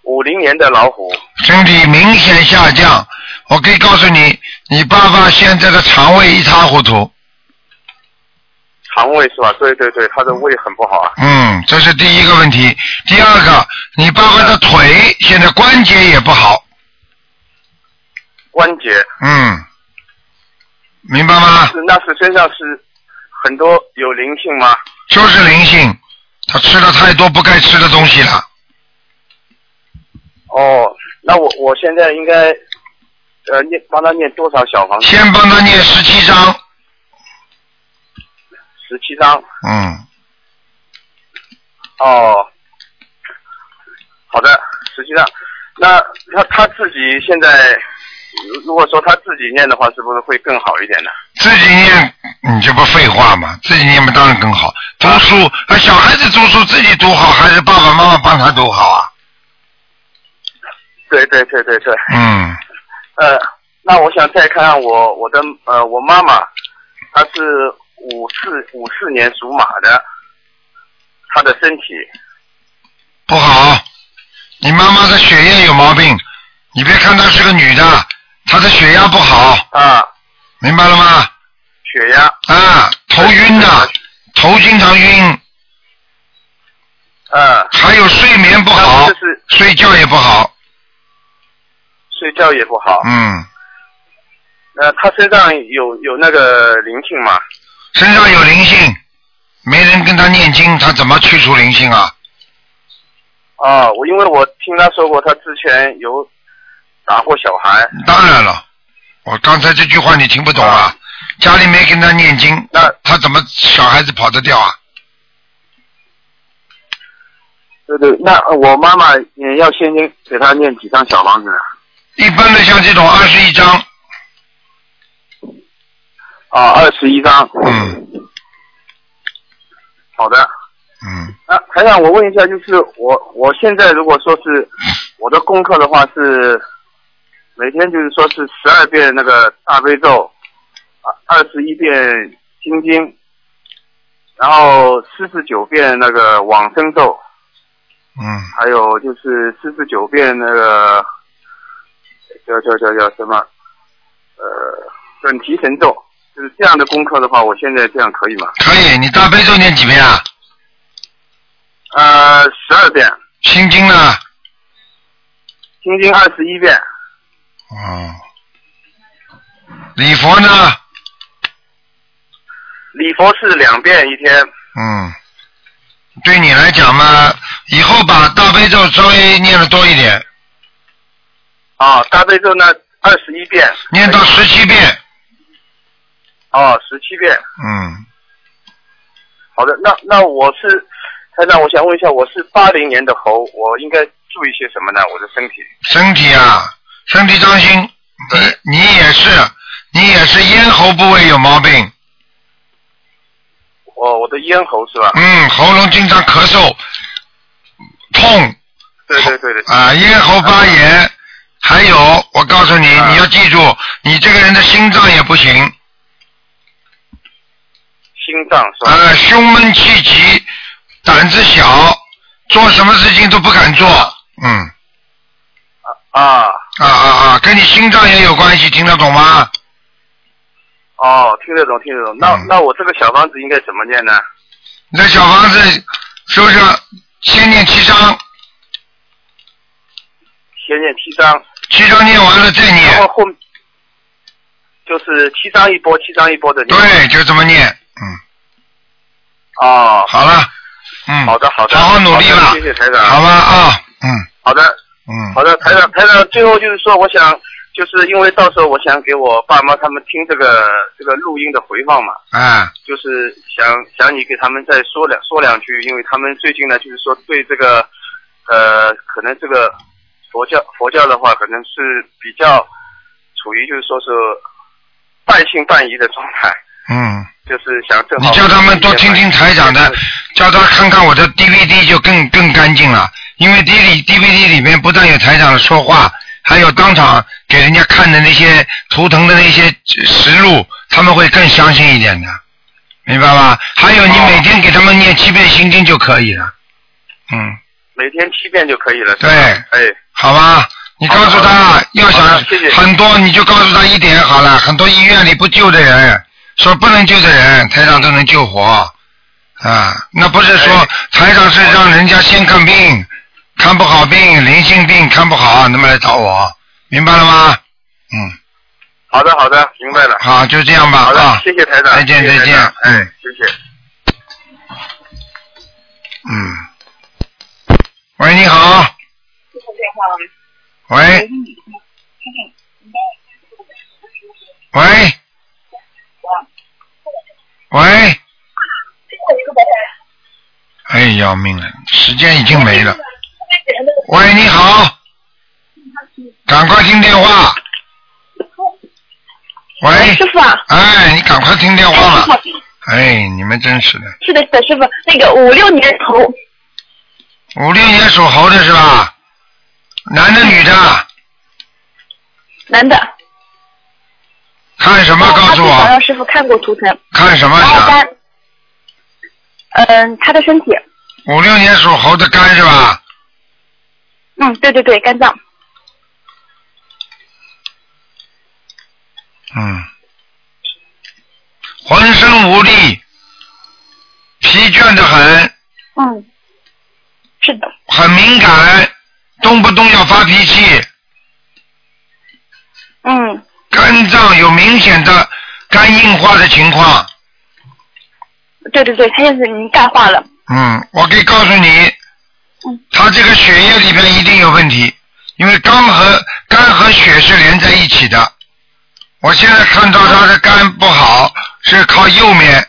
Speaker 8: 五零年的老虎，
Speaker 1: 身体明显下降，我可以告诉你，你爸爸现在的肠胃一塌糊涂，
Speaker 8: 肠胃是吧？对对对，他的胃很不好啊。
Speaker 1: 嗯，这是第一个问题。第二个，你爸爸的腿现在关节也不好，
Speaker 8: 关节
Speaker 1: 嗯，明白吗？
Speaker 8: 是那是身上是很多有灵性吗？
Speaker 1: 就是灵性，他吃了太多不该吃的东西了，
Speaker 8: 哦，那我我现在应该呃念帮他念多少小房子？
Speaker 1: 先帮他念十七章，
Speaker 8: 十七张。
Speaker 1: 嗯，
Speaker 8: 哦，好的，十七张。那他他自己现在如如果说他自己念的话，是不是会更好一点呢？
Speaker 1: 自己念，你这不废话吗？自己念嘛当然更好。读书，啊，小孩子读书自己读好，还是爸爸妈妈帮他读好啊？
Speaker 8: 对对对对对，
Speaker 1: 嗯，
Speaker 8: 呃，那我想再看看我我的呃我妈妈，她是五四五四年属马的，她的身体
Speaker 1: 不好。你妈妈的血液有毛病，你别看她是个女的，她的血压不好，
Speaker 8: 啊
Speaker 1: 明白了吗？
Speaker 8: 血压
Speaker 1: 啊，头晕呐、头经常晕，
Speaker 8: 啊，
Speaker 1: 还有睡眠不好
Speaker 8: 这，是
Speaker 1: 睡觉也不好。
Speaker 8: 睡觉也不好。
Speaker 1: 嗯，
Speaker 8: 那她呃身上有有那个灵性吗？
Speaker 1: 身上有灵性，没人跟她念经，她怎么去除灵性啊？
Speaker 8: 啊，我因为我听她说过，她之前有打过小孩，
Speaker 1: 当然了，我刚才这句话你听不懂啊？家里没跟他念经，
Speaker 8: 啊
Speaker 1: 那他怎么小孩子跑得掉啊？
Speaker 6: 对对，那呃我妈妈也要先给她念几张小房子啊。
Speaker 1: 一般的像这种二十一张，
Speaker 6: 啊，二十一张。
Speaker 1: 嗯
Speaker 8: 好的。
Speaker 1: 嗯，
Speaker 8: 啊，台长，我问一下，就是我我现在如果说 是我的功课的话是每天就是说是十二遍那个大悲咒，啊二十一遍心经，然后四十九遍那个往生咒，
Speaker 1: 嗯，
Speaker 8: 还有就是四十九遍那个叫叫叫叫什么呃准提神咒，就是这样的功课的话，我现在这样可以吗？
Speaker 1: 可以。你大悲咒念几遍啊？
Speaker 8: 呃，十二遍，
Speaker 1: 心经呢？
Speaker 8: 心经二十一遍。
Speaker 1: 嗯，礼佛呢？
Speaker 8: 礼佛是两遍一天，
Speaker 1: 嗯，对你来讲嘛，以后把大悲咒稍微念的多一点，
Speaker 8: 啊，大悲咒呢二十一遍，
Speaker 1: 念到十七遍。
Speaker 8: 哦，十七遍。
Speaker 1: 嗯，
Speaker 8: 好的，那那我是台长，我想问一下，我是八零年的猴，我应该注意些什么呢？我的身体
Speaker 1: 身体啊，身体当心，呃你你也是，你也是咽喉部位有毛病，
Speaker 8: 我我的咽喉是吧？
Speaker 1: 嗯，喉咙经常咳嗽，痛
Speaker 8: 对对对对，
Speaker 1: 啊，咽喉发炎，还有我告诉你，
Speaker 8: 啊
Speaker 1: 你要记住，你这个人的心脏也不行，
Speaker 8: 心脏是吧？
Speaker 1: 啊，胸闷气急，胆子小，做什么事情都不敢做，嗯，
Speaker 8: 啊，
Speaker 1: 啊啊啊，跟你心脏也有关系，听得懂吗？
Speaker 8: 哦，听得懂听得懂。那、
Speaker 1: 嗯
Speaker 8: 那我这个小房子应该怎么念呢？
Speaker 1: 你的小房子收拾，先念七章，
Speaker 8: 先念七章，
Speaker 1: 七章念完了再念。
Speaker 8: 然后后就是七章一波，七章一波的念。。
Speaker 1: 对，就这么念。嗯，
Speaker 8: 哦，
Speaker 1: 好了，嗯，
Speaker 8: 好的好的，
Speaker 1: 好好努力
Speaker 8: 好
Speaker 1: 了
Speaker 8: 的谢谢台长。
Speaker 1: 好吧啊，嗯
Speaker 8: 好的，
Speaker 1: 嗯，
Speaker 8: 好的，台长，台长，最后就是说，我想，就是因为到时候我想给我爸妈他们听这个这个录音的回放嘛，
Speaker 1: 哎，
Speaker 8: 就是想想你给他们再说两说两句，因为他们最近呢，就是说对这个，呃，可能这个佛教佛教的话，可能是比较处于就是说是半信半疑的状态，
Speaker 1: 嗯，
Speaker 8: 就是想正好
Speaker 1: 你叫他们多听听台长的，叫他看看我的 DVD 就更更干净了，因为 D 里 DVD 里面不但有台长的说话，还有当场给人家看的那些图腾的那些实录，他们会更相信一点的，明白吧？还有你每天给他们念七遍心经就可以了，嗯。
Speaker 8: 每天七遍就可以了，是吧
Speaker 1: 对
Speaker 8: 哎。
Speaker 1: 好吧，你告诉他要
Speaker 8: 好
Speaker 1: 想
Speaker 8: 的嗯谢谢
Speaker 1: 啊很多，你就告诉他一点好了。很多医院里不救的人，说不能救的人，台长都能救活。啊，那不是说
Speaker 8: 哎
Speaker 1: 台长是让人家先看病，看不好病，灵性病看不好，那么来找我，明白了吗？嗯，
Speaker 8: 好的，好的，明白了。
Speaker 1: 好，就这样吧
Speaker 8: 好
Speaker 1: 啊
Speaker 8: 的，，谢谢台长。
Speaker 1: 再见
Speaker 8: 谢谢
Speaker 1: 再
Speaker 8: 台
Speaker 1: 见
Speaker 8: 长，
Speaker 1: 嗯
Speaker 8: 哎，谢谢。
Speaker 1: 嗯。喂，你好。喂。喂。喂。哎，要命了，时间已经没了。喂，你好，赶快听电话。
Speaker 9: 哎
Speaker 1: 喂
Speaker 9: 师，傅啊，
Speaker 1: 哎，你赶快听电
Speaker 9: 哎
Speaker 1: 话
Speaker 9: 师
Speaker 1: 吧。
Speaker 9: 傅，
Speaker 1: 哎，你们真是的，
Speaker 9: 是的，是的，师傅，那个五六年猴，
Speaker 1: 五六年属猴的是吧？男的女的？
Speaker 9: 男的，
Speaker 1: 看什么？告
Speaker 9: 他
Speaker 1: 诉
Speaker 9: 经常
Speaker 1: 我，
Speaker 9: 让师傅看过图腾，
Speaker 1: 看什么啊
Speaker 9: 然后
Speaker 1: 想？
Speaker 9: 肝，嗯，他的身体，
Speaker 1: 五六年属猴的肝是吧？
Speaker 9: 嗯，对对对，肝脏，
Speaker 1: 嗯，浑身无力，疲倦的很，
Speaker 9: 嗯，是的，
Speaker 1: 很敏感，动不动要发脾气，
Speaker 9: 嗯，
Speaker 1: 肝脏有明显的肝硬化的情况。
Speaker 9: 对对对，他现在已经钙化了，
Speaker 1: 嗯，我可以告诉你
Speaker 9: 嗯，
Speaker 1: 他这个血液里边一定有问题，因为肝和肝和血是连在一起的。我现在看到他的肝不好，是靠右面，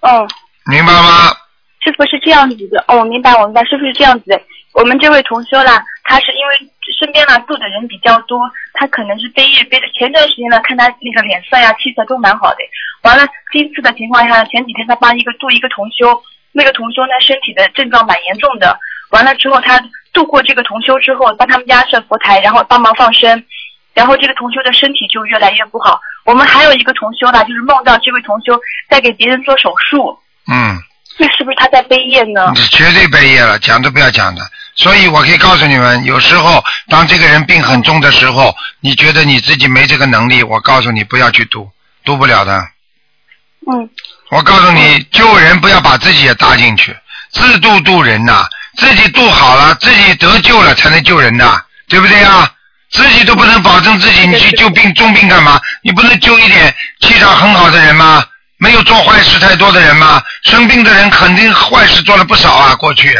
Speaker 9: 嗯。
Speaker 1: 明白吗？
Speaker 9: 师傅是这样子的，哦，我明白，我明白，师傅是这样子的。我们这位同修啦，他是因为身边呢住的人比较多，他可能是背业背的。前段时间呢，看他那个脸色呀、气色都蛮好的。完了，今次的情况下，前几天他帮一个度一个同修，那个同修呢身体的症状蛮严重的。完了之后，他度过这个同修之后，帮他们家设佛台，然后帮忙放生，然后这个同修的身体就越来越不好。我们还有一个同修呢，就是梦到这位同修在给别人做手术，
Speaker 1: 嗯，
Speaker 9: 那是不是他在背业呢？
Speaker 1: 你绝对背业了，讲都不要讲的。所以我可以告诉你们，有时候当这个人病很重的时候，你觉得你自己没这个能力，我告诉你不要去度，度不了的。
Speaker 9: 嗯，
Speaker 1: 我告诉你，救人不要把自己也搭进去，自度度人呐、自己度好了，自己得救了才能救人呐，对不对啊？自己都不能保证自己，你去救病重病干嘛？你不能救一点气场很好的人吗？没有做坏事太多的人吗？生病的人肯定坏事做了不少啊，过去，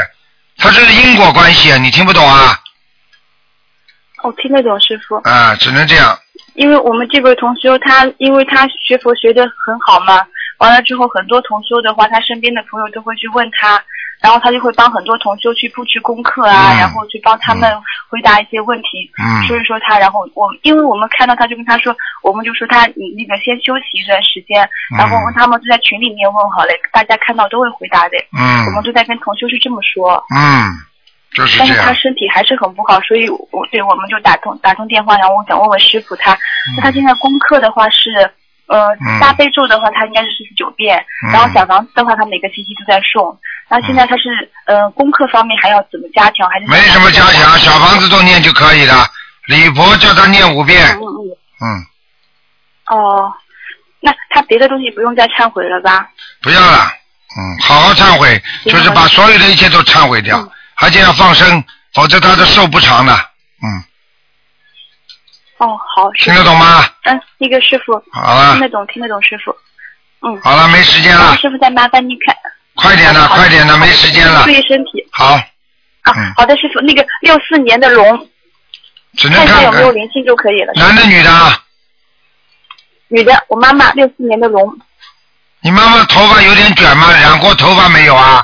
Speaker 1: 他是因果关系啊，你听不懂啊？
Speaker 9: 我哦听得懂师傅，
Speaker 1: 啊，只能这样，
Speaker 9: 因为我们这位同修他，因为他学佛学的很好嘛，完了之后很多同修的话，他身边的朋友都会去问他，然后他就会帮很多同修去布置功课啊，
Speaker 1: 嗯
Speaker 9: 然后去帮他们回答一些问题。
Speaker 1: 嗯
Speaker 9: 所以说他，然后我因为我们看到他就跟他说，我们就说他你那个先休息一段时间，
Speaker 1: 嗯
Speaker 9: 然后我们他们就在群里面问好嘞，大家看到都会回答的，
Speaker 1: 嗯
Speaker 9: 我们都在跟同修是这么说。
Speaker 1: 嗯，就是
Speaker 9: 但
Speaker 1: 这
Speaker 9: 是哎他
Speaker 1: 样，
Speaker 9: 身体还是很不好，所以我对我们就打通打通电话，然后我想问问师傅他，那他现在功课的话是，呃
Speaker 1: 嗯，
Speaker 9: 大悲咒的话他应该是四十九遍，
Speaker 1: 嗯
Speaker 9: 然后小房子的话他每个星期都在送，那现在他是呃功课方面还要怎么加强？还是
Speaker 1: 没什么加强，小房子都念就可以了。李婆叫他念五遍
Speaker 9: 嗯，嗯嗯，
Speaker 1: 嗯，
Speaker 9: 哦，那他别的东西不用再忏悔了吧？
Speaker 1: 不要了，嗯，好好忏悔，
Speaker 9: 行
Speaker 1: 就是把所有的一切都忏悔掉
Speaker 9: 嗯，
Speaker 1: 而且要放生，否则他的寿不长的，嗯，
Speaker 9: 哦，好，师
Speaker 1: 听
Speaker 9: 傅
Speaker 1: 得懂吗？
Speaker 9: 嗯，那个师傅
Speaker 1: 好了，
Speaker 9: 听得懂听得懂师傅，嗯，
Speaker 1: 好了，没时间
Speaker 9: 那
Speaker 1: 了，
Speaker 9: 师傅再麻烦你看，
Speaker 1: 快点的，
Speaker 9: 好
Speaker 1: 快点的，啊没时间了
Speaker 9: 注，意身体。
Speaker 1: 好，
Speaker 9: 啊
Speaker 1: 嗯，
Speaker 9: 好的，师傅，那个六四年的龙，
Speaker 1: 只能
Speaker 9: 看
Speaker 1: 看
Speaker 9: 一下有没有灵性就可以了。
Speaker 1: 男的女的啊，
Speaker 9: 女的，我妈妈六四年的龙，
Speaker 1: 你妈妈头发有点卷吗？染过头发没有啊？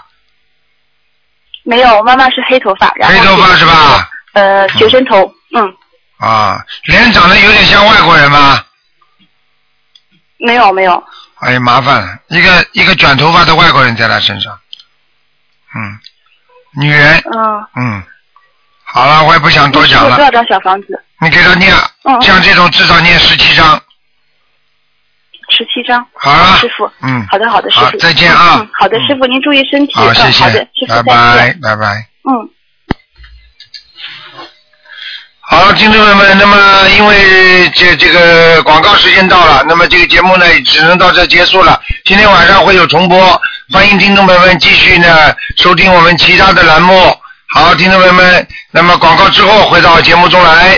Speaker 9: 没有，我妈妈是黑头发，然后
Speaker 1: 黑头发是吧？
Speaker 9: 呃，学生头，嗯，
Speaker 1: 啊，脸长得有点像外国人吗？
Speaker 9: 没有没有，
Speaker 1: 哎，麻烦了，一个一个卷头发的外国人在他身上，嗯，女人，
Speaker 9: 嗯，
Speaker 1: 嗯，好了，我也不想多讲
Speaker 9: 我多
Speaker 1: 了，
Speaker 9: 少张小房子？
Speaker 1: 你给他念，
Speaker 9: 嗯，
Speaker 1: 像这种至少念十七章，
Speaker 9: 十七张。
Speaker 1: 好了
Speaker 9: 师，傅，
Speaker 1: 嗯，
Speaker 9: 好的好的，师
Speaker 1: 好
Speaker 9: 傅，
Speaker 1: 再见啊
Speaker 9: 嗯，好的，
Speaker 1: 嗯
Speaker 9: 师傅您注意身体，
Speaker 1: 好，
Speaker 9: 嗯，
Speaker 1: 谢
Speaker 9: 好的
Speaker 1: 谢，，
Speaker 9: 师傅
Speaker 1: 拜
Speaker 9: 再见，
Speaker 1: 拜，拜拜。
Speaker 9: 嗯，
Speaker 1: 好，听众朋友们，那么因为这这个广告时间到了，那么这个节目呢只能到这结束了。今天晚上会有重播，欢迎听众朋友们继续呢收听我们其他的栏目。好，听众朋友们，那么广告之后回到节目中来。